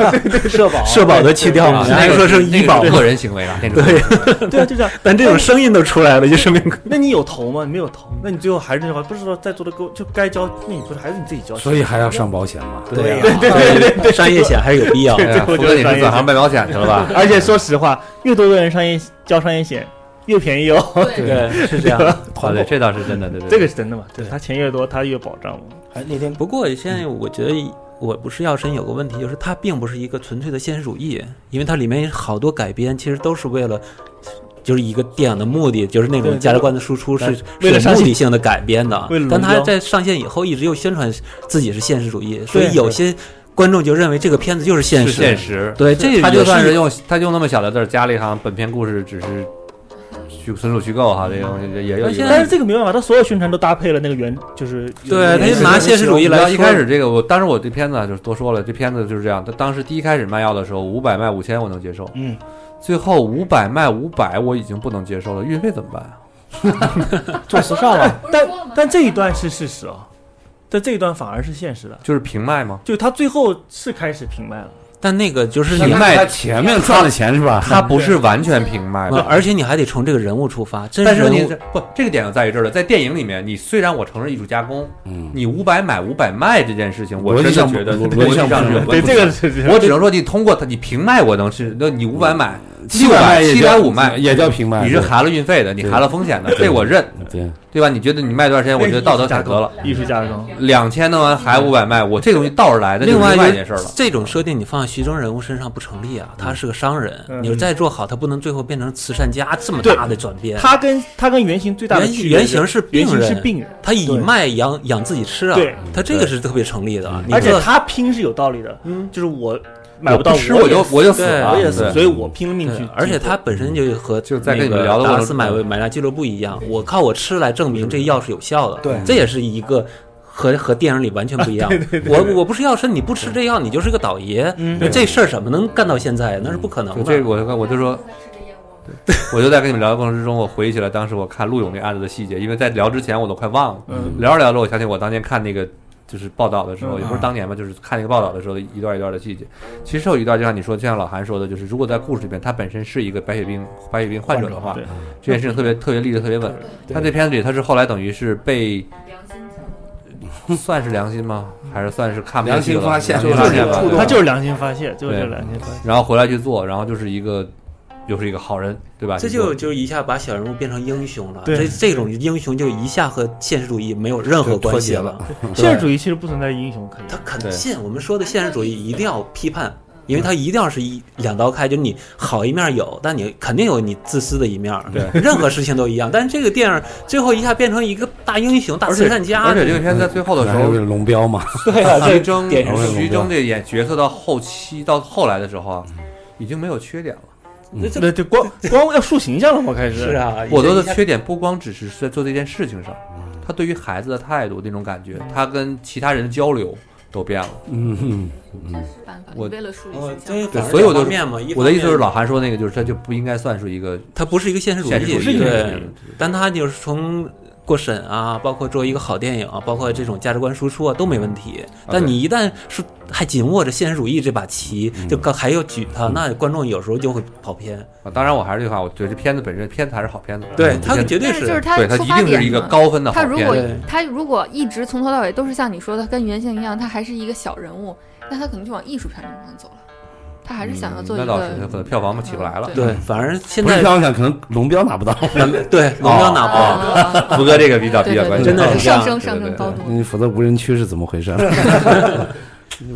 Speaker 3: 社保
Speaker 5: 社保都去掉
Speaker 1: 啊
Speaker 5: 吗？
Speaker 1: 那
Speaker 5: 哦还
Speaker 1: 个
Speaker 5: 说是
Speaker 1: 那
Speaker 5: 医
Speaker 1: 个
Speaker 5: 保，
Speaker 1: 个人行为了，那种
Speaker 5: 对
Speaker 2: 对啊，就这样。
Speaker 5: 但这种声音都出来了，就说明
Speaker 2: [laughs] 那你有头吗？你没有头，那你最后还是那句话，不是说在座的各位就该交，那你不是还是你自己交钱？
Speaker 4: 所
Speaker 2: [laughs]
Speaker 4: 以还要上保险嘛？啊
Speaker 3: 对呀
Speaker 5: 对对对，商业险还是有必要。
Speaker 1: 哎呀
Speaker 2: 这
Speaker 1: 福
Speaker 2: 我
Speaker 1: 哥，
Speaker 2: 觉得
Speaker 1: 你
Speaker 2: 专业
Speaker 1: 是转行卖保险去了吧？
Speaker 2: [laughs] 而且说实话，越多的人商业交商业险，越便宜哦。
Speaker 5: 对，是这样。
Speaker 1: 啊，对，这倒是真的，对对，
Speaker 2: 这
Speaker 1: 个
Speaker 2: 个是真的嘛？对，他钱越多，他越保障嘛。
Speaker 3: 哎，那天
Speaker 5: 不过现
Speaker 1: 嗯
Speaker 5: 在我觉得。我不是药神有个问题，就是它并不是一个纯粹的现实主义，因为它里面好多改编其实都是为了，就是一个电影的目的，就是那
Speaker 2: 对
Speaker 5: 种
Speaker 2: 对
Speaker 5: 价值观的输出是
Speaker 2: 为了
Speaker 5: 是
Speaker 2: 上
Speaker 5: 有目
Speaker 2: 线
Speaker 5: 的性的改编的
Speaker 2: 为了。
Speaker 5: 但它
Speaker 2: 龙标
Speaker 5: 在上线以后一直又宣传自己是现实主义，所以
Speaker 2: 对
Speaker 5: 有些观众就认为这个片子就是现
Speaker 1: 是
Speaker 5: 实。
Speaker 1: 现实，
Speaker 5: 对，这
Speaker 1: 他就
Speaker 5: 也
Speaker 1: 算
Speaker 5: 是
Speaker 1: 是用他就那么小的字儿加了一行，本篇故事只是虚纯属虚构哈，这种也也有
Speaker 5: 但
Speaker 1: 一
Speaker 5: 现
Speaker 1: 个。
Speaker 2: 但是这个没办法，他所有宣传都搭配了那个原，就是
Speaker 5: 对，他就拿现实主义
Speaker 1: 你知道
Speaker 5: 来
Speaker 1: 一
Speaker 5: 说
Speaker 1: 开始这个我，当时我这片子啊就是多说了，这片子就是这样。他当时第一开始卖药的时候，五百卖五千我能接受，
Speaker 3: 嗯，
Speaker 1: 最后五百卖五百我已经不能接受了，运费怎么办啊？
Speaker 3: 做慈善了，
Speaker 2: 但但这一段是事实啊，但这一段反而是现实的，
Speaker 1: 就是平卖吗？
Speaker 2: 就他最后是开始平卖了，
Speaker 5: 但那个就是
Speaker 4: 你
Speaker 5: 你
Speaker 4: 卖前面赚了钱是吧？
Speaker 1: 它不是完全平卖
Speaker 5: 不
Speaker 1: 的，
Speaker 5: 而且你还得从这个人物出发，真
Speaker 1: 但
Speaker 5: 实
Speaker 1: 是问题
Speaker 5: 人物
Speaker 1: 是不，这个点就在于这儿了，在电影里面，你虽然我承认艺术加工，
Speaker 4: 嗯，
Speaker 1: 你五百买五百卖这件事情，我
Speaker 4: 逻
Speaker 1: 真
Speaker 4: 辑
Speaker 1: 的
Speaker 4: 上
Speaker 1: 觉得
Speaker 4: 不
Speaker 1: 逻辑上是有
Speaker 4: 逻辑上不
Speaker 1: 问
Speaker 4: 对
Speaker 1: 题
Speaker 4: 这
Speaker 1: 的。
Speaker 4: 个
Speaker 2: 是
Speaker 1: 我只能说你通过它，你平卖我能是，那你五百买，七
Speaker 4: 嗯七
Speaker 1: 百
Speaker 4: 百
Speaker 1: 七百五卖
Speaker 4: 也叫平卖，
Speaker 1: 你是含了运费的，你含了风险的，这我认，
Speaker 4: 对
Speaker 1: 对吧？你觉得你卖一段时间，我觉得道德
Speaker 2: 加
Speaker 1: 谴责了。
Speaker 2: 艺术加工，
Speaker 1: 两千弄完还五百卖，我这东西倒着来的，
Speaker 5: 另
Speaker 1: 外
Speaker 5: 外
Speaker 1: 另
Speaker 5: 一
Speaker 1: 一件事了。
Speaker 5: 这种设定你放在徐峥人物身上不成立啊，他是个商人，
Speaker 2: 嗯
Speaker 5: 你再做好，他不能最后变成慈善家这么大的转变。
Speaker 2: 他跟他跟原型最大的
Speaker 5: 原
Speaker 2: 区别
Speaker 5: 原型是
Speaker 2: 原
Speaker 5: 病
Speaker 2: 型
Speaker 5: 人，
Speaker 2: 是病人，
Speaker 5: 他以
Speaker 3: 对
Speaker 5: 卖养养自己吃啊
Speaker 2: 对，
Speaker 5: 他这个是特别成立的啊。
Speaker 1: 嗯
Speaker 5: 你
Speaker 2: 而且
Speaker 5: 说嗯
Speaker 2: 他拼是有道理的，就是我买
Speaker 1: 我
Speaker 2: 不到
Speaker 1: 吃我就
Speaker 2: 我
Speaker 1: 我就死
Speaker 5: 对
Speaker 1: 了，
Speaker 2: 也我也
Speaker 1: 对
Speaker 2: 死，所以我拼了命
Speaker 5: 对
Speaker 2: 去。
Speaker 5: 而且他本身就和
Speaker 1: 嗯就在
Speaker 5: 那
Speaker 1: 跟你
Speaker 5: 个
Speaker 1: 们聊的过
Speaker 5: 达
Speaker 1: 程
Speaker 5: 斯买
Speaker 1: 中
Speaker 5: 买家俱乐部一样，我靠我吃来证明这药是有效的，
Speaker 3: 对
Speaker 5: 这也是一个。和和电影里完全不
Speaker 1: [laughs]
Speaker 5: 一样，我我不是药神，你不吃这药，你就是个倒爷。那这事儿怎么能干到现在？那是不可能
Speaker 1: 嗯就
Speaker 5: 的。
Speaker 1: 这个我我就说， [laughs] 我就在跟你们聊的过程之中，我回忆起来当时我看陆勇那案子的细节，因为在聊之前我都快忘了，
Speaker 2: 嗯
Speaker 1: 聊着聊着我想起我当年看那个就是报道的时
Speaker 4: 嗯
Speaker 1: 候，也不是当年吧，就是看那个报道的时候的一段一段的细节。其实有一段就像你说，就像老韩说的，就是如果在故事里边他本身是一个白血病白血病患者的话
Speaker 2: 对，
Speaker 1: 这件事情特别特别立得特别稳。
Speaker 3: 对
Speaker 1: 他这片子里他是后来等于是被。算是良心吗？还是算是看不下去了
Speaker 4: 良心发现
Speaker 1: 就是
Speaker 4: 就是触动
Speaker 2: 他就是良心发泄，就是
Speaker 1: 对
Speaker 2: 良心
Speaker 1: [laughs]
Speaker 2: 发泄。
Speaker 1: 然后回来去做，然后就是一个又是一个好人，对吧？
Speaker 5: 这
Speaker 1: 是
Speaker 5: 就
Speaker 1: 说
Speaker 5: 就一下把小人物变成英雄了，
Speaker 2: 对
Speaker 5: 这这种英雄就一下和现实主义没有任何关系了。
Speaker 2: 现实主义其实不存在英雄可以，
Speaker 5: 他肯
Speaker 1: 对嗯
Speaker 5: 现我们说的现实主义一定要批判，因为它一定要是一两刀开，就是你好一面有，但你肯定有你自私的一面。
Speaker 1: 对，
Speaker 5: 任何事情都一样。但是这个电影最后一下变成一个大英雄、大
Speaker 1: 而
Speaker 5: 慈
Speaker 1: 且
Speaker 5: 善家，
Speaker 1: 而且这个片在最后的时候，
Speaker 4: 龙标嘛， [laughs]
Speaker 3: 对啊，
Speaker 1: 徐
Speaker 3: 这
Speaker 1: 峥
Speaker 3: 典型
Speaker 4: 是
Speaker 1: 徐峥这演角色到后期到后来的时候啊，已经没有缺点了。嗯
Speaker 5: 这这
Speaker 2: 对对，光光要树形象了嘛，开始
Speaker 5: 是啊，
Speaker 1: 我
Speaker 5: 这
Speaker 1: 多
Speaker 5: 一
Speaker 1: 的
Speaker 5: 下
Speaker 1: 缺点不光只是在做这件事情上，他对于孩子的态度那种感觉，他跟其他人的交流都变了。
Speaker 4: 嗯，
Speaker 6: 办法，
Speaker 1: 我
Speaker 6: 为了树立
Speaker 5: 我
Speaker 1: 哦
Speaker 6: 形象
Speaker 5: 这，哦反而
Speaker 1: 所以我
Speaker 5: 两
Speaker 1: 就
Speaker 5: 方面嘛，一
Speaker 1: 我的意思
Speaker 5: 方
Speaker 1: 就是，
Speaker 5: 面
Speaker 1: 老韩说那个，就是他就不应该算是一个
Speaker 5: 它不是一个现实主义，
Speaker 1: 现实主义的
Speaker 5: 对
Speaker 1: 人。，
Speaker 5: 但他就是从过审啊，包括作为一个好电影啊，包括这种价值观输出啊，都没问题。但你一旦是还紧握着现实主义这把旗，就刚还要举它，那观众有时候就会跑偏。
Speaker 1: 啊，当然我还是这句话，我觉得这片子本身片子还是好片子，
Speaker 5: 对，
Speaker 1: 它
Speaker 5: 它绝对
Speaker 6: 但就是它
Speaker 1: 对它
Speaker 6: 出
Speaker 1: 一
Speaker 6: 发
Speaker 1: 定
Speaker 6: 点
Speaker 1: 是一个
Speaker 6: 嘛
Speaker 1: 高分的好
Speaker 6: 他如
Speaker 1: 片
Speaker 6: 果
Speaker 1: 子。
Speaker 5: 对
Speaker 6: 他如果一直从头到尾都是像你说的跟原先一样，他还是一个小人物，那他可能就往艺术片那方走了。他还是想要做
Speaker 1: 嗯
Speaker 6: 一
Speaker 1: 那倒是
Speaker 6: 个，，
Speaker 1: 它可能票房起不来了。
Speaker 6: 对
Speaker 5: 对，反而现
Speaker 4: 不是
Speaker 5: 在
Speaker 4: 漂亮，可能龙标拿不到。
Speaker 5: 对龙标拿不到。
Speaker 1: [laughs]
Speaker 6: 啊
Speaker 1: 福 [laughs] 哥这个比较比较关
Speaker 6: 对
Speaker 1: 键，
Speaker 6: 对
Speaker 1: 啊
Speaker 5: 真的
Speaker 6: 对，
Speaker 5: 是这样
Speaker 6: 上升
Speaker 1: 对
Speaker 6: 上
Speaker 1: 对
Speaker 6: 升
Speaker 1: 对嗯
Speaker 6: 高度。
Speaker 4: 你否则无人区是怎么回事？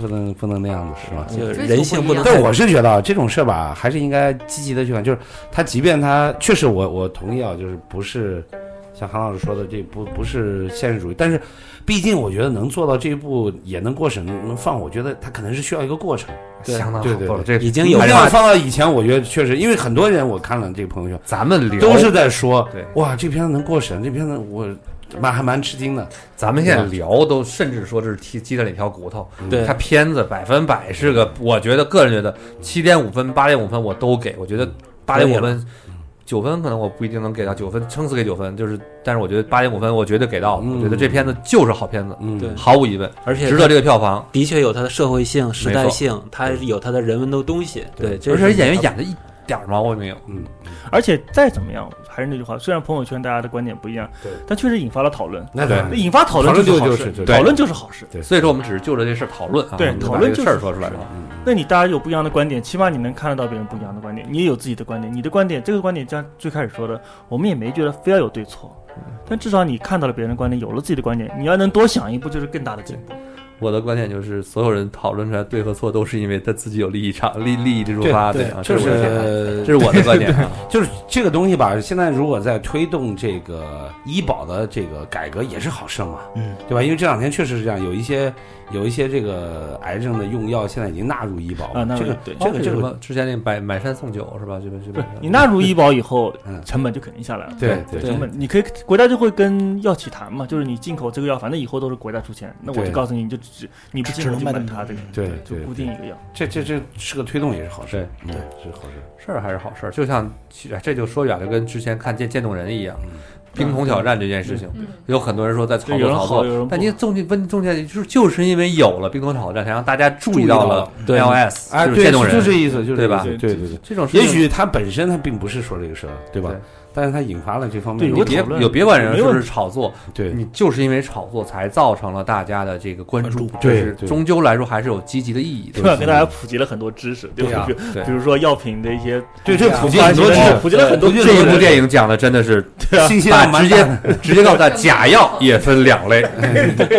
Speaker 4: 不能不能那样子是吧？
Speaker 5: 就人性不能太
Speaker 4: 但我是觉得啊这种事儿吧，还是应该积极的去看。就是他，即便他确实我，我同意啊，就是不是像韩老师说的，这不不是现实主义，但是毕竟我觉得能做到这一步，也能过审能放，我觉得他可能是需要一个过程。
Speaker 5: 对
Speaker 1: 相当
Speaker 4: 对
Speaker 1: 好
Speaker 4: 对
Speaker 1: 了。这
Speaker 5: 已经
Speaker 4: 你
Speaker 5: 有
Speaker 4: 这
Speaker 5: 了
Speaker 4: 样放到以前，我觉得确实，因为很多人我看了这个朋友圈，
Speaker 1: 咱们聊
Speaker 4: 都是在说
Speaker 1: 对，
Speaker 4: 哇，这片子能过审，这片子我蛮还蛮吃惊的。
Speaker 1: 咱们现在聊都甚至说这是鸡鸡蛋里挑骨头。
Speaker 5: 对
Speaker 1: 它片子百分百是个，我觉得个人觉得七点五分、八点五分我都给，我觉
Speaker 5: 嗯
Speaker 1: 得八点五分。九分可能我不一定能给到九分，撑死给九分就是，但是我觉得八点五分我绝对给到了，
Speaker 4: 嗯
Speaker 1: 我觉得这片子就是好片子，
Speaker 4: 嗯，
Speaker 5: 对
Speaker 1: 毫无疑问，
Speaker 5: 而且
Speaker 1: 值得这个票房。
Speaker 5: 的确有它的社会性、时
Speaker 1: 没
Speaker 5: 代
Speaker 1: 错
Speaker 5: 性，它有它的人文的东西。对，这
Speaker 1: 而且
Speaker 5: 是
Speaker 1: 演员演的一点儿毛病没有，
Speaker 2: 而且再怎么样，还是那句话，虽然朋友圈大家的观点不一样，
Speaker 4: 对
Speaker 2: 但确实引发了讨论。
Speaker 4: 那对，
Speaker 2: 引发讨论
Speaker 4: 讨
Speaker 2: 是
Speaker 4: 论
Speaker 2: 好
Speaker 4: 就
Speaker 2: 事
Speaker 4: 就是，
Speaker 2: 讨论就是好事。
Speaker 1: 所以说我们只是就着这事儿讨论啊，
Speaker 2: 对
Speaker 1: 我们就
Speaker 2: 讨
Speaker 1: 把
Speaker 2: 论
Speaker 1: 这
Speaker 2: 就
Speaker 1: 个事儿
Speaker 2: 是嗯
Speaker 1: 说出来了。啊
Speaker 2: 那你大家有不一样的观点，起码你能看得到别人不一样的观点，你也有自己的观点。你的观点，这个观点，就像最开始说的，我们也没觉得非要有对错，但至少你看到了别人的观点，有了自己的观点，你要能多想一步，就是更大的进步。
Speaker 1: 我的观点就是，所有人讨论出来对和错，都是因为他自己有利益场利利益之出发的啊，
Speaker 4: 就
Speaker 1: 这是我的看法
Speaker 4: 是
Speaker 1: 这是我的观点啊。
Speaker 4: 就是这个东西吧，现在如果在推动这个医保的这个改革，也是好事嘛，
Speaker 3: 嗯，
Speaker 4: 对吧？因为这两天确实是这样，有一些有一些这个癌症的用药现在已经纳入医保
Speaker 2: 啊纳入
Speaker 4: 这个
Speaker 2: 对
Speaker 4: 这
Speaker 1: 这
Speaker 4: 个这
Speaker 1: 个什
Speaker 4: 个
Speaker 1: 么之前那个买买山送酒是吧？这个这
Speaker 2: 不
Speaker 1: 个
Speaker 2: 是你纳入医保以后
Speaker 4: 嗯，
Speaker 2: 成本就肯定下来了。
Speaker 4: 对对
Speaker 2: 成本你可以国家就会跟药企谈嘛，就是你进口这个药，反正以后都是国家出钱，那我
Speaker 4: 对
Speaker 2: 就告诉你，你就只你不进
Speaker 3: 只
Speaker 2: 口
Speaker 3: 能
Speaker 2: 就
Speaker 3: 卖
Speaker 2: 买
Speaker 3: 这么
Speaker 2: 它这
Speaker 3: 多
Speaker 2: 个，
Speaker 4: 对
Speaker 2: 就
Speaker 4: 对
Speaker 2: 固定一个药。
Speaker 4: 这这这是个推动，也是好事，
Speaker 1: 对
Speaker 4: 对，是好事。
Speaker 1: 事儿还是好事儿，就像其实哎这就说远了，跟之前看见渐冻人一样
Speaker 4: 嗯，
Speaker 1: 冰桶挑战这件事情，
Speaker 6: 嗯，
Speaker 1: 有很多人说在炒
Speaker 2: 对有
Speaker 1: 作
Speaker 2: 人
Speaker 1: 炒
Speaker 2: 好有人
Speaker 1: 作，
Speaker 2: 不
Speaker 1: 但你中间问中间就是就是因为有了冰桶挑战，才让大家注
Speaker 4: 注
Speaker 1: 意
Speaker 4: 意
Speaker 1: 到
Speaker 4: 到
Speaker 1: 了
Speaker 4: 了
Speaker 1: LS，
Speaker 4: 哎，
Speaker 1: 就是
Speaker 4: 对，
Speaker 1: 渐冻人，
Speaker 4: 就这意思，就
Speaker 1: 对
Speaker 4: 这
Speaker 1: 吧
Speaker 4: 意思对对对。
Speaker 1: 这种事情
Speaker 4: 也许他本身他并不是说这个事儿，对吧
Speaker 1: 对？
Speaker 4: 但是他引发了这方
Speaker 2: 对
Speaker 4: 面的
Speaker 2: 有个
Speaker 1: 你别
Speaker 2: 讨论
Speaker 1: 有别管人
Speaker 2: 没
Speaker 1: 是不
Speaker 2: 问
Speaker 1: 是炒作，
Speaker 4: 对
Speaker 1: 你就是因为炒作才造成了大家的这个关注，
Speaker 4: 对
Speaker 1: 这是
Speaker 4: 对
Speaker 1: 终究来说还是有积极的意义，
Speaker 2: 对
Speaker 1: 吧？
Speaker 2: 吧？给大家普及了很多知识，对
Speaker 1: 对
Speaker 2: 吧
Speaker 1: 啊？
Speaker 2: 比如
Speaker 1: 对
Speaker 2: 比如说药品的一些，
Speaker 4: 对这普及很多
Speaker 2: 对
Speaker 4: 知识，
Speaker 2: 普及了很多
Speaker 4: 对
Speaker 2: 知
Speaker 1: 这
Speaker 4: 普及了
Speaker 1: 一
Speaker 4: 很
Speaker 1: 部
Speaker 4: 多
Speaker 1: 电影讲的真的是
Speaker 4: 信息
Speaker 1: 把
Speaker 4: 量蛮
Speaker 1: 直
Speaker 4: 大
Speaker 1: 接
Speaker 4: 的，
Speaker 1: [laughs] 直接告诉他，假药也分两类， [laughs]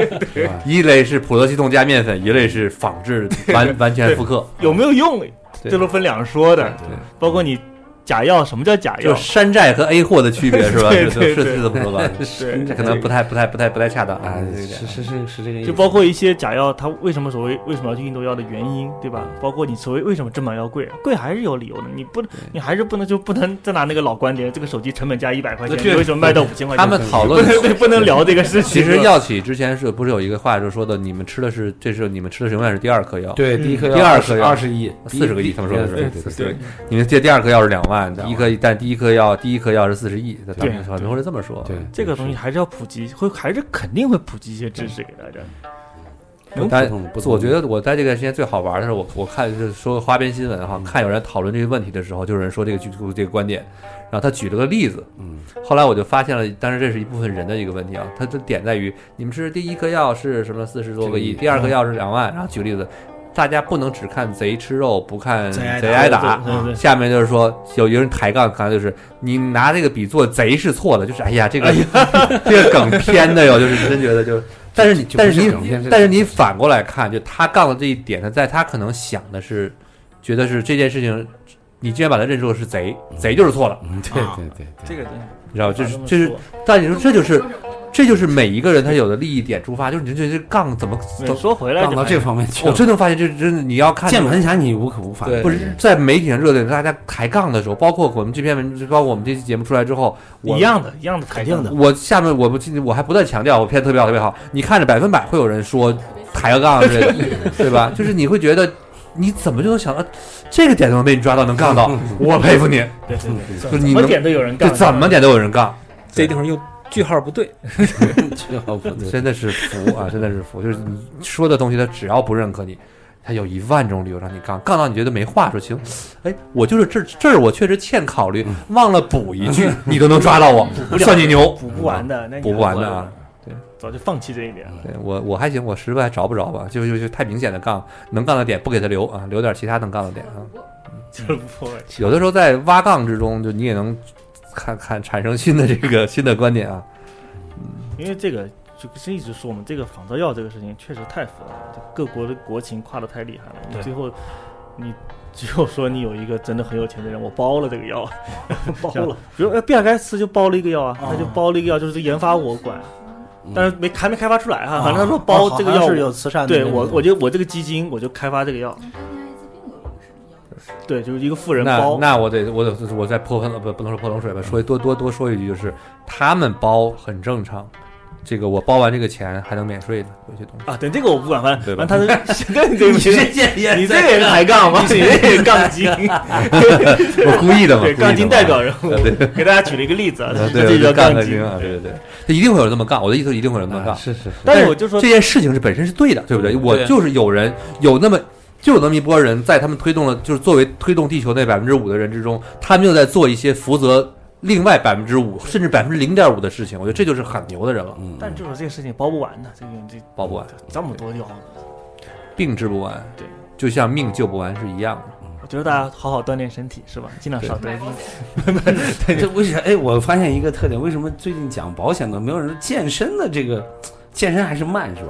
Speaker 1: 一类是普罗西痛加面粉，一类是仿制完完全复刻。啊
Speaker 2: 有没有用，
Speaker 1: 对
Speaker 2: 这都分两说的。
Speaker 1: 对，
Speaker 2: 包括你假药，什么叫假
Speaker 1: 就
Speaker 2: 药
Speaker 1: 是？山寨和 A 货的区别是吧？
Speaker 2: 对
Speaker 1: 是
Speaker 2: 对
Speaker 1: 是
Speaker 2: 对
Speaker 1: 是这么说吧？
Speaker 2: 对
Speaker 1: 这可能不太不太不太不太恰当啊
Speaker 4: 哎，，
Speaker 1: 这个
Speaker 4: 是是是是这个意思，
Speaker 2: 就包括一些假药，它为什么所谓为什么要去印度药的原因，对
Speaker 1: 嗯
Speaker 2: 吧？包括你所谓为什么正版药贵，贵还是有理由的。你不，你还是不能就不能再拿那个老观点，这个手机成本加一百块钱，
Speaker 1: 对
Speaker 2: 你为什么卖到五千块钱？
Speaker 1: 他们讨
Speaker 2: 不
Speaker 1: 论
Speaker 2: 能对不能聊这个事情。
Speaker 1: [laughs] 其实药企之前是不是有一个话就说的，你们吃的是这是你们吃的是永远是第二颗药，
Speaker 4: 对嗯第一颗
Speaker 1: 第二颗
Speaker 4: 颗
Speaker 1: 药
Speaker 4: 二十亿，
Speaker 1: 四十个亿，他们说的
Speaker 4: 对
Speaker 1: 是
Speaker 4: 对对
Speaker 1: 对，你们这第二颗药是两万，
Speaker 4: 两万
Speaker 1: 第一颗但第一颗药第一颗药是四十亿，那他
Speaker 2: 对
Speaker 1: 们很多人这么说，
Speaker 4: 对，
Speaker 2: 这个东西还是要普及，会还是肯定会普及一些知识给大家。
Speaker 4: 不嗯
Speaker 1: 但
Speaker 4: 同不同
Speaker 1: 我觉得我在这个时间最好玩的是我，我看就是说花边新闻哈，看有人讨论这个问题的时候，就有人说这个这个观点，然后他举了个例子，
Speaker 4: 嗯，
Speaker 1: 后来我就发现了，当然这是一部分人的一个问题啊，他的点在于你们是第一颗药是什么四十多个亿，
Speaker 4: 这个
Speaker 1: 第二颗药是两万，然后举例子，大家不能只看贼吃肉，不看
Speaker 3: 贼挨打
Speaker 1: 贼挨打，
Speaker 2: 对对对
Speaker 1: 下面就是说，有一个人抬杠，可能就是你拿这个比做贼是错的，就是哎呀，这个、 [laughs] 这个梗偏的哟，就是真觉得就，但是你
Speaker 4: 就不
Speaker 1: 但
Speaker 4: 是
Speaker 1: 是
Speaker 4: 梗偏
Speaker 1: 你
Speaker 4: 是
Speaker 1: 但是你反过来看，就他杠的这一点，他在他可能想的是，觉得是这件事情，你既然把它认作是贼，贼就是错的，
Speaker 4: 嗯对对对 [laughs] 对，
Speaker 2: 这个东西，
Speaker 1: 你知道吧？这
Speaker 2: 这
Speaker 1: 是这是，但你说这就是这就是每一个人他有的利益点出发，就是你就觉得这杠怎么怎
Speaker 2: 对
Speaker 1: 么，
Speaker 2: 说回来
Speaker 4: 杠
Speaker 2: 就
Speaker 4: 到
Speaker 2: 还
Speaker 4: 哦这方面去
Speaker 1: 我
Speaker 4: 了，
Speaker 1: 真的发现这真的你要看
Speaker 4: 键盘侠你无可无法，
Speaker 1: 不是在媒体上热烈，大家抬杠的时候，包括我们这篇文，包括我们这期节目出来之后，我
Speaker 2: 一。样的，一样的，
Speaker 3: 肯定的。
Speaker 1: 我下面我不记，我还不断强调，我片得特别好，特别好。你看着百分百会有人说抬个杠之类的，对吧？就是你会觉得，你怎么就能想到这个点都能被你抓到，能
Speaker 4: [laughs]
Speaker 1: 杠到，我佩服你。
Speaker 2: 对对对，
Speaker 1: 就是
Speaker 2: 怎
Speaker 1: 你
Speaker 2: 么
Speaker 1: 能
Speaker 2: 点都有人
Speaker 1: 这
Speaker 2: 干，
Speaker 1: 怎么点都有人杠，
Speaker 5: 这地方用句号不对，
Speaker 4: 这个不对，
Speaker 1: 真的是服
Speaker 4: [laughs]
Speaker 1: 啊，真的是服。就是你说的东西，他只要不认可你，他有一万种理由让你杠，杠到你觉得没话说，行，哎，我就是这这儿我确实欠考虑，
Speaker 4: 嗯
Speaker 1: 忘了补一
Speaker 4: [laughs]
Speaker 1: 句，你都能抓到我，算你牛，
Speaker 2: 补不完的，那你
Speaker 1: 补不完的啊。嗯
Speaker 2: 早就放弃这一点了。
Speaker 1: 对我我还行，我实在找不着吧，就就就太明显的杠，能杠的点不给他留啊，留点其他能杠的点啊。
Speaker 2: 就是不会，
Speaker 1: 有的时候在挖杠之中，就你也能看看产生新的这个新的观点啊。
Speaker 2: 因为这个就是一直说我们这个仿造药这个事情确实太复杂了，就各国的国情跨得太厉害了。你最后你只有说你有一个真的很有钱的人，我包了这个药，
Speaker 3: 包
Speaker 2: 像
Speaker 3: 了，
Speaker 2: 比如呃比尔盖茨就包了一个药啊，
Speaker 3: 哦
Speaker 2: 他就包了一个药，就是研发我管，啊
Speaker 6: 嗯
Speaker 2: 但是没还没开发出来哈、
Speaker 3: 啊
Speaker 2: 反正他说
Speaker 3: 哦
Speaker 2: 包
Speaker 3: 好
Speaker 2: 这个
Speaker 3: 像
Speaker 2: 药
Speaker 3: 是
Speaker 2: 我，
Speaker 3: 有慈善的那
Speaker 2: 对
Speaker 3: 种，
Speaker 2: 我我就我这个基金我就开发这个药，对，就是一个富人包。
Speaker 1: 那那我得我得我再泼盆不不能说泼冷水吧，说多多多说一句，就是他们包很正常，这个我包完这个钱还能免税的有些东西。
Speaker 2: 啊，等这个我不管，反
Speaker 1: 对
Speaker 2: 正
Speaker 1: 吧
Speaker 2: 反正他是对对不
Speaker 5: [laughs]
Speaker 2: 起，你这个也是抬杠吗？你这也是杠精，
Speaker 1: 我故意的
Speaker 2: [laughs]
Speaker 1: 嘛，[laughs]
Speaker 2: 对，杠精代表人物
Speaker 1: 啊对，
Speaker 2: 给大家举了一个例子啊，
Speaker 1: 对
Speaker 2: [laughs] 这
Speaker 1: 对
Speaker 2: 就叫
Speaker 1: 对，杠
Speaker 2: 杠
Speaker 1: 精
Speaker 2: 精
Speaker 1: 啊，对对对，他一定会有人这么杠，我的意思是一定会有人这么
Speaker 4: 啊
Speaker 1: 杠。
Speaker 4: 是是是，
Speaker 2: 但是我就说
Speaker 1: 这，件事情是本身是对的，对不对？我就是有人有那么就有那么一波人，在他们推动了，就是作为推动地球那百分之五的人之中，他们又在做一些负责另外百分之五甚至百分之零点五的事情。我觉得这就是很牛的人了，
Speaker 4: 嗯，
Speaker 2: 但就是这个事情包不完的，这个这
Speaker 1: 包不完，
Speaker 2: 这么多药，
Speaker 1: 病治不完，
Speaker 2: 对，
Speaker 1: 就像命救不完是一样的。
Speaker 2: 我觉得大家好好锻炼身体是吧？尽量少得病。
Speaker 4: 这为啥？哎，我发现一个特点，为什么最近讲保险的没有人健身的这个？健身还是慢是吧？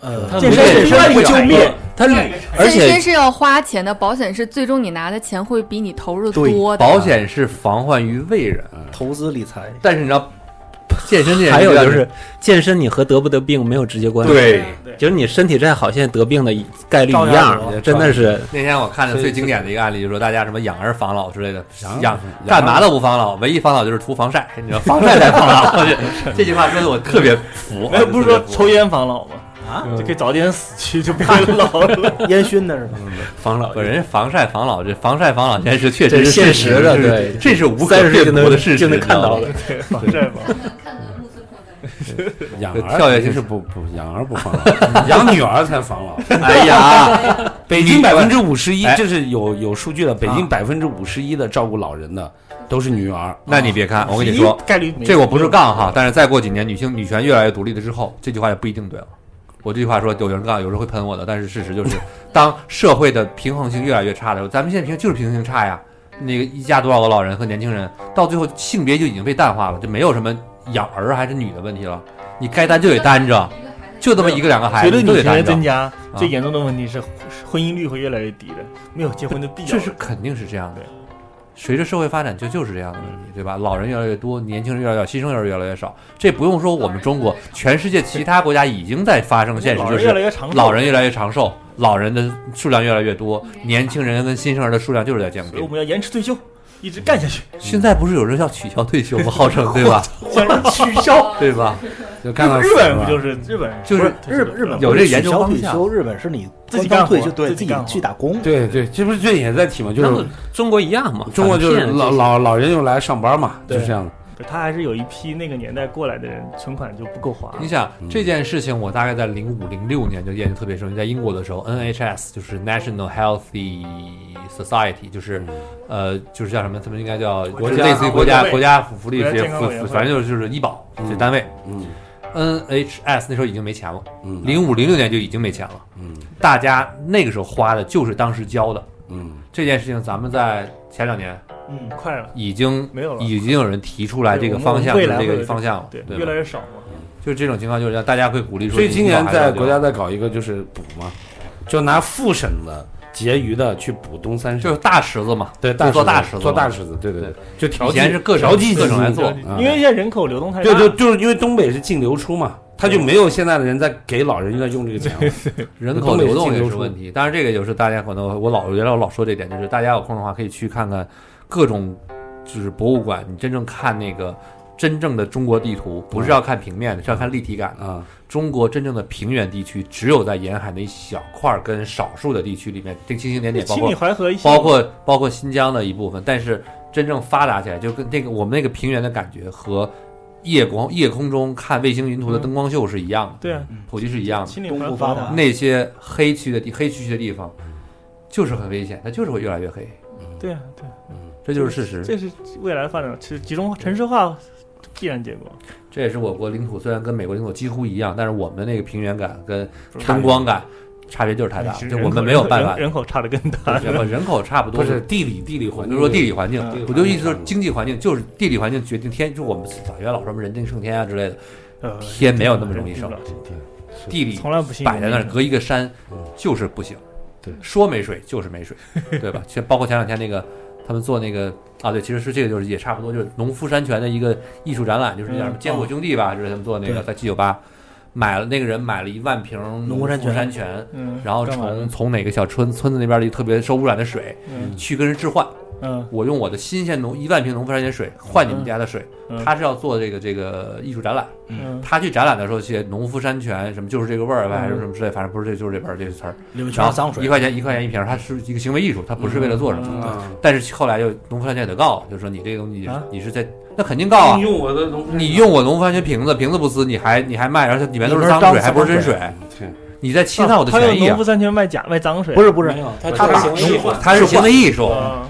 Speaker 3: 呃，
Speaker 5: 他
Speaker 2: 健身
Speaker 5: 没
Speaker 2: 是
Speaker 5: 健身
Speaker 2: 一个救命，
Speaker 5: 他
Speaker 4: 而
Speaker 6: 健
Speaker 4: 且
Speaker 6: 身是要花钱的，保险是最终你拿的钱会比你投入
Speaker 3: 对
Speaker 6: 多的。
Speaker 1: 保险是防患于未然，
Speaker 3: 投资理财，
Speaker 1: 但是你知道，健身这件事
Speaker 5: 还有就是健身，你和得不得病没有直接关系。，
Speaker 1: 对。
Speaker 5: 就是你身体再好，现在得病的概率
Speaker 3: 照
Speaker 5: 一
Speaker 3: 样有
Speaker 5: 样，真的是
Speaker 1: 那天我看的最经典的一个案例，就是说大家什么养儿防老之类的，
Speaker 4: 养儿
Speaker 1: 养
Speaker 4: 防老
Speaker 1: 干嘛都不防老，唯一防老就是涂防晒，你知道防晒才防老。我这这句话说的我特别服，
Speaker 2: 没有不是
Speaker 1: 特
Speaker 2: 说
Speaker 1: 别服
Speaker 2: 抽烟防老吗？啊，
Speaker 1: 嗯
Speaker 2: 就可以早点死去，就不会老了。 [laughs]
Speaker 3: 烟熏的是
Speaker 1: 啊
Speaker 3: 吧？
Speaker 5: 防老
Speaker 1: 不，人家防晒防老，这防晒防老现在是确
Speaker 5: 这
Speaker 1: 实
Speaker 5: 是
Speaker 1: 是事
Speaker 5: 现实的
Speaker 1: 这是
Speaker 5: 对
Speaker 1: 这是无可
Speaker 5: 三十岁
Speaker 1: 辩
Speaker 5: 就
Speaker 1: 驳
Speaker 5: 能
Speaker 1: 的事实，
Speaker 5: 就能看到
Speaker 1: 你知道
Speaker 5: 的
Speaker 1: 吗。。
Speaker 2: 对，防晒防。
Speaker 4: 养
Speaker 1: 就
Speaker 4: 儿
Speaker 1: [laughs] 跳下
Speaker 4: 肯定
Speaker 1: 去
Speaker 4: 是不不养儿 [laughs] 不防老，养女儿才防老。
Speaker 1: [laughs] 哎呀，
Speaker 4: 北
Speaker 1: 女
Speaker 4: 京
Speaker 1: 官
Speaker 4: 百分之五十一
Speaker 1: 哎，
Speaker 4: 这是有有数据的。北
Speaker 1: 啊
Speaker 4: 京百分之五十一的照顾老人的都是女儿。
Speaker 1: 那你别
Speaker 2: 啊
Speaker 1: 看，我跟你说，
Speaker 2: 概率没
Speaker 1: 这我不是杠哈，但是再过几年，女性女权越来越独立了之后，这句话也不一定对了。我这句话说，有人杠，有人会喷我的，但是事实
Speaker 2: [laughs]
Speaker 1: 就是，当社会的平衡性越来越差的时候，咱们现在平就是平衡性差呀。那个一家多少个老人和年轻人，到最后性别就已经被淡化了，就没有什么养儿还是女的问题了。你该单就得单着，就这么一个两个孩
Speaker 2: 随
Speaker 1: 子
Speaker 2: 着
Speaker 1: 你都
Speaker 2: 女
Speaker 1: 得啊
Speaker 2: 权的
Speaker 1: 单
Speaker 2: 增
Speaker 1: 着，
Speaker 2: 加，最严重的问题是是婚姻率会越来越低的，没有结婚的必要
Speaker 1: 这。是肯定是这样的
Speaker 2: 对。嗯
Speaker 1: 随着社会发展，就就是这样的问题，对吧？老人越来越多，年轻人越来越少，新生儿越来越少。这不用说，我们中国，全世界其他国家已经在发生现实，
Speaker 2: 老
Speaker 1: 就
Speaker 2: 人越
Speaker 1: 是
Speaker 2: 来越长寿，
Speaker 1: 老人越来越长寿，老人的数量越来越多，年轻人跟新生儿的数量就是在降
Speaker 2: 所以我
Speaker 1: 低。
Speaker 2: 们要延迟退休，一直干下去。
Speaker 1: 现在不是有人要取消退休吗？号
Speaker 2: [laughs]
Speaker 1: 称对吧？
Speaker 2: 像是取消，
Speaker 1: 对吧？
Speaker 4: 就看到
Speaker 2: 日本不就是是日本人
Speaker 1: 就是
Speaker 2: 不
Speaker 3: 日本日本
Speaker 1: 有
Speaker 3: 不
Speaker 1: 这
Speaker 3: 是
Speaker 1: 研
Speaker 3: 取
Speaker 1: 究
Speaker 3: 消
Speaker 1: 方
Speaker 3: 退
Speaker 1: 向
Speaker 3: 休，日本是你
Speaker 2: 自己
Speaker 3: 官
Speaker 2: 干
Speaker 3: 方
Speaker 2: 活
Speaker 3: 退休，对
Speaker 2: 自
Speaker 3: 自
Speaker 2: 己
Speaker 3: 己
Speaker 2: 干活
Speaker 3: 去打工，
Speaker 4: 对对，这不是这也在体吗？就
Speaker 5: 然后
Speaker 4: 是
Speaker 5: 中国一样嘛，
Speaker 4: 中国就是
Speaker 5: 反骗
Speaker 4: 老
Speaker 5: 这些
Speaker 4: 老老人又来上班嘛，就
Speaker 2: 对
Speaker 4: 这样的。
Speaker 2: 不是他还是有一批那个年代过来的人，存款就不够花。
Speaker 1: 你想
Speaker 4: 嗯
Speaker 1: 这件事情，我大概在零五零六年就研究特别深。在英国的时候，NHS 就是 National Healthy Society，就是
Speaker 4: 嗯
Speaker 1: 呃，就是叫什么？他们应该叫
Speaker 2: 国家
Speaker 1: 类似于国
Speaker 2: 国家
Speaker 1: 家
Speaker 2: 卫
Speaker 1: 国家福利
Speaker 2: 国
Speaker 1: 这
Speaker 2: 家
Speaker 1: 些
Speaker 2: 健康
Speaker 1: 福，
Speaker 2: 委员会
Speaker 1: 反正就是就是医保这
Speaker 4: 嗯
Speaker 1: 单位。
Speaker 4: 嗯
Speaker 1: NHS 那时候已经没钱了，
Speaker 4: 嗯，
Speaker 1: 零五零六年就已经没钱了。
Speaker 4: 嗯
Speaker 1: 大家那个时候花的就是当时交的
Speaker 4: 嗯
Speaker 1: 这件事情，咱们在前两年
Speaker 2: 嗯，快了，
Speaker 1: 已经
Speaker 2: 没有了。
Speaker 1: 已经有人提出来这
Speaker 2: 对
Speaker 1: 个
Speaker 2: 我们
Speaker 1: 方向，
Speaker 2: 未
Speaker 1: 这
Speaker 2: 来会有
Speaker 1: 个
Speaker 2: 这
Speaker 1: 方向了，
Speaker 2: 对，
Speaker 1: 吧
Speaker 2: 越来越少嘛。
Speaker 1: 就是这种情况，就是让大家会鼓励说，
Speaker 4: 所以今年
Speaker 1: 你以后还要
Speaker 4: 在
Speaker 1: 留
Speaker 4: 国家在搞一个就是补嘛，就拿复审的结余的去补东三
Speaker 1: 就
Speaker 4: 省
Speaker 1: 是，大石子嘛，
Speaker 4: 对大
Speaker 1: 做
Speaker 4: 石子
Speaker 1: 大石子
Speaker 4: 做
Speaker 1: 嘛
Speaker 4: 大石子，对对对，就调
Speaker 1: 以
Speaker 4: 剂
Speaker 1: 前是各省
Speaker 4: 调剂
Speaker 1: 各省来
Speaker 4: 基金
Speaker 1: 做
Speaker 4: 对啊
Speaker 2: 因为现在人口流动太大，
Speaker 4: 对对，就是因为东北是净流出嘛，他就没有现在的人在给老人在用这个钱了。
Speaker 1: 人口流动也是问题。当然，这个就是大家可能我老原来我老说这点，就是大家有空的话可以去看看各种就是博物馆，你真正看那个真正的中国地图，不
Speaker 2: 嗯
Speaker 1: 是要看平面的，是要看立体感的。
Speaker 4: 啊，
Speaker 1: 中国真正的平原地区，只有在沿海那一小块儿跟少数的地区里面，这个星星点点，包
Speaker 2: 七
Speaker 1: 括
Speaker 2: 里淮河一些
Speaker 1: 包括包括新疆的一部分，但是真正发达起来，就跟那个我们那个平原的感觉和夜光夜空中看卫星云图的灯光秀是一样的，
Speaker 2: 嗯对啊，
Speaker 1: 普及是一样的。
Speaker 2: 七里
Speaker 3: 东
Speaker 2: 淮河
Speaker 3: 部发达
Speaker 2: 嘛
Speaker 1: 那些黑区的地黑区区的地方，就是很危险，它就是会越来越黑，
Speaker 2: 对啊对啊，
Speaker 1: 这就是事实。
Speaker 2: 这是未来发展，其实集中城市化必然结果。
Speaker 1: 这也是我国领土虽然跟美国领土几乎一样，但是我们那个平原感跟灯光感差别就是太大了，
Speaker 2: 其实
Speaker 1: 就
Speaker 2: 嗯人
Speaker 1: 我
Speaker 2: 口
Speaker 1: 们没有办
Speaker 2: 人
Speaker 1: 法。
Speaker 2: 人口差的更大。
Speaker 1: 人口人口差不多
Speaker 4: 不是地理地理
Speaker 1: 我
Speaker 4: 环
Speaker 1: 就
Speaker 4: 境，
Speaker 1: 说地理环境
Speaker 2: 嗯，
Speaker 1: 我就意思说经济环境就是地理环境决定天，就我们法原老说什么人定胜天啊之类的，
Speaker 2: 呃，
Speaker 1: 天没有那么容易
Speaker 2: 上
Speaker 1: 上，地理
Speaker 2: 从来不信
Speaker 1: 摆在那儿
Speaker 2: 人
Speaker 1: 隔一个山
Speaker 4: 嗯
Speaker 1: 就是不行，
Speaker 4: 对
Speaker 1: 说没水就是没
Speaker 4: [laughs]
Speaker 1: 水，对吧？其实包括前两天那个他们做那个啊，对，其实是这个就是也差不多，就是农夫山泉的一个艺术展览，就是叫什么
Speaker 2: 嗯
Speaker 1: “坚果兄弟”吧，就是他们做那个
Speaker 3: 对
Speaker 1: 在七九八买了那个人买了一万瓶农
Speaker 3: 农夫山泉
Speaker 1: 山泉，
Speaker 2: 嗯，
Speaker 1: 然后
Speaker 2: 干嘛呢
Speaker 1: 从从哪个小村村子那边的一个特别受污染的水
Speaker 2: 嗯
Speaker 1: 去跟人置换。
Speaker 2: 嗯
Speaker 1: 我用我的新鲜农一万瓶农夫山泉水换你们家的水，
Speaker 2: 嗯
Speaker 1: 他是要做这个这个艺术展览。
Speaker 2: 嗯，
Speaker 1: 他去展览的时候写农夫山泉什么就是这个味儿，还是什么之类，反正不是这就是这味儿这个词儿。
Speaker 3: 里面全
Speaker 1: 然后
Speaker 3: 是脏
Speaker 1: 一
Speaker 3: 水。
Speaker 1: 块钱一块钱一瓶儿，它是一个行为艺术，它不是为了做什么。
Speaker 4: 啊，
Speaker 1: 但是后来就农夫山泉也得告了，就说你这个东西
Speaker 2: 啊
Speaker 1: 你是在那肯定告啊
Speaker 4: 你，用我的农夫山
Speaker 1: 你用我农夫山泉瓶子，瓶子不撕，你还你还卖，而且里面都是
Speaker 3: 里面
Speaker 1: 脏
Speaker 3: 是
Speaker 1: 水，
Speaker 3: 脏
Speaker 1: 还不是真
Speaker 3: 水
Speaker 1: 水，
Speaker 4: 哎对
Speaker 1: 你在侵犯我的
Speaker 2: 他用
Speaker 1: 权益
Speaker 2: 农
Speaker 1: 啊
Speaker 2: 夫！山泉卖假卖脏水，
Speaker 3: 不是不是，
Speaker 5: 没有，
Speaker 3: 他
Speaker 5: 他
Speaker 3: 把
Speaker 5: 行为艺术
Speaker 1: 它是行为艺术，
Speaker 2: 啊？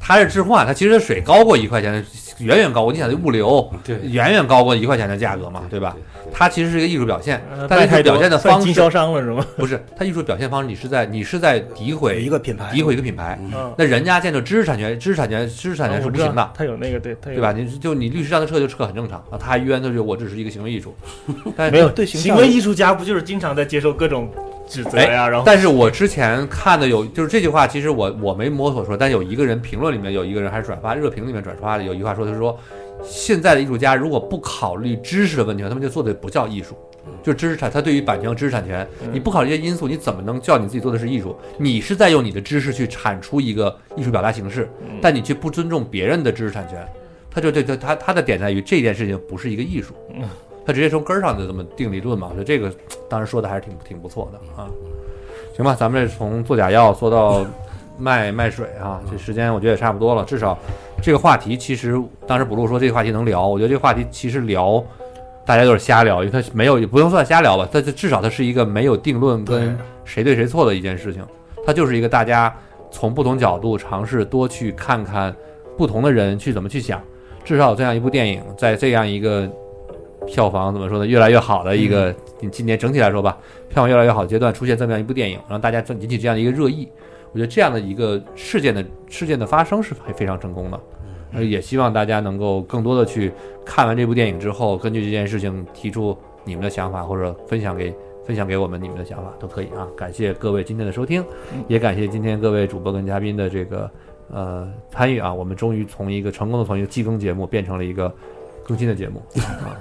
Speaker 1: 它是置换，它其实水高过一块钱，远远高过。你想这物流，
Speaker 4: 对
Speaker 1: 远远高过一块钱的价格嘛，对吧？它其实是一个艺术表现，但
Speaker 2: 呃卖
Speaker 1: 是
Speaker 2: 太
Speaker 1: 它
Speaker 2: 多
Speaker 1: 表现的
Speaker 2: 算
Speaker 1: 方
Speaker 2: 经销
Speaker 1: 式
Speaker 2: 商了是吗？
Speaker 1: 不是它艺术表现方式，你是在你是在诋毁
Speaker 3: 一个品牌
Speaker 1: 诋毁一个品牌。
Speaker 2: [laughs] 嗯，
Speaker 1: 那人家建立知识产权，知识产权，知识产权是
Speaker 2: 我
Speaker 1: 不
Speaker 2: 知道
Speaker 1: 行的，
Speaker 2: 他有那个对，他有
Speaker 1: 对吧？？你就你律师让他撤就撤，很正常啊。他还冤他就我只是一个行为艺术，但
Speaker 2: 没有
Speaker 3: 对形
Speaker 2: 行
Speaker 3: 象
Speaker 2: 为艺术家不就是经常在接受各种指责呀、然后
Speaker 1: 但是我之前看的有，就是这句话，其实我我没摸索说，但有一个人评论里面有一个人还是转发热评里面转发的有一句话说，他说现在的艺术家如果不考虑知识的问题，他们就做的不叫艺术。就知识产，他对于版权、知识产权，你不考虑这些因素，你怎么能叫你自己做的是艺术？你是在用你的知识去产出一个艺术表达形式，但你却不尊重别人的知识产权，他就这这他他的点在于这件事情不是一个艺术，他直接从根儿上就这么定理论嘛。我觉得这个当时说的还是挺挺不错的啊。行吧，咱们这从做假药做到卖卖水啊，这时间我觉得也差不多了。至少这个话题，其实当时补录说这个话题能聊，我觉得这个话题其实聊，大家就是瞎聊，因为它没有也不能算瞎聊吧，它它至少它是一个没有定论跟谁对谁错的一件事情，它就是一个大家从不同角度尝试多去看看不同的人去怎么去想。至少这样一部电影，在这样一个票房怎么说呢，越来越好的一个，今年整体来说吧，票房越来越好的阶段出现这么样一部电影，让大家引起这样的一个热议，我觉得这样的一个事件的事件的发生是非非常成功的。呃，也希望大家能够更多的去看完这部电影之后，根据这件事情提出你们的想法，或者分享给分享给我们你们的想法都可以啊。感谢各位今天的收听，也感谢今天各位主播跟嘉宾的这个呃参与啊。我们终于从一个成功的从一个季更节目变成了一个更新的节目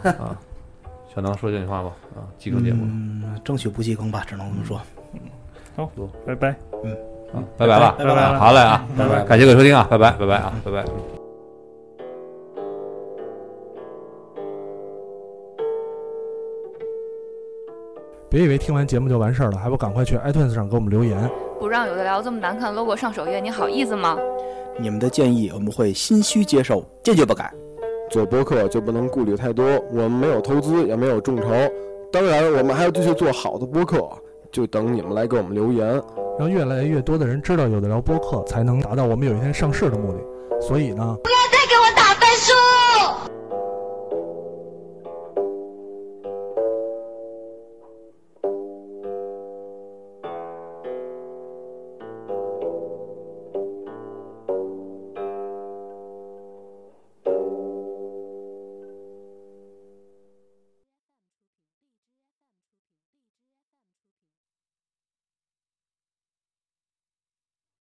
Speaker 1: 啊啊。小能说这句话吧啊，季更节目，
Speaker 3: 嗯，争取不弃坑吧，只能这么说。
Speaker 2: 拜拜。
Speaker 1: 啊拜拜了，
Speaker 3: 拜拜
Speaker 1: 啊好嘞啊，
Speaker 4: 拜拜
Speaker 1: 感谢各位收听啊，拜拜，拜拜啊，拜拜。嗯
Speaker 7: 别以为听完节目就完事儿了，还不赶快去 iTunes 上给我们留言。
Speaker 6: 不让有的聊这么难看 logo 上首页，你好意思吗？
Speaker 8: 你们的建议我们会心虚接受，坚决不改。
Speaker 9: 做播客就不能顾虑太多，我们没有投资，也没有众筹，当然我们还要继续做好的播客，就等你们来给我们留言。
Speaker 7: 让越来越多的人知道有的聊播客，才能达到我们有一天上市的目的。所以呢，不要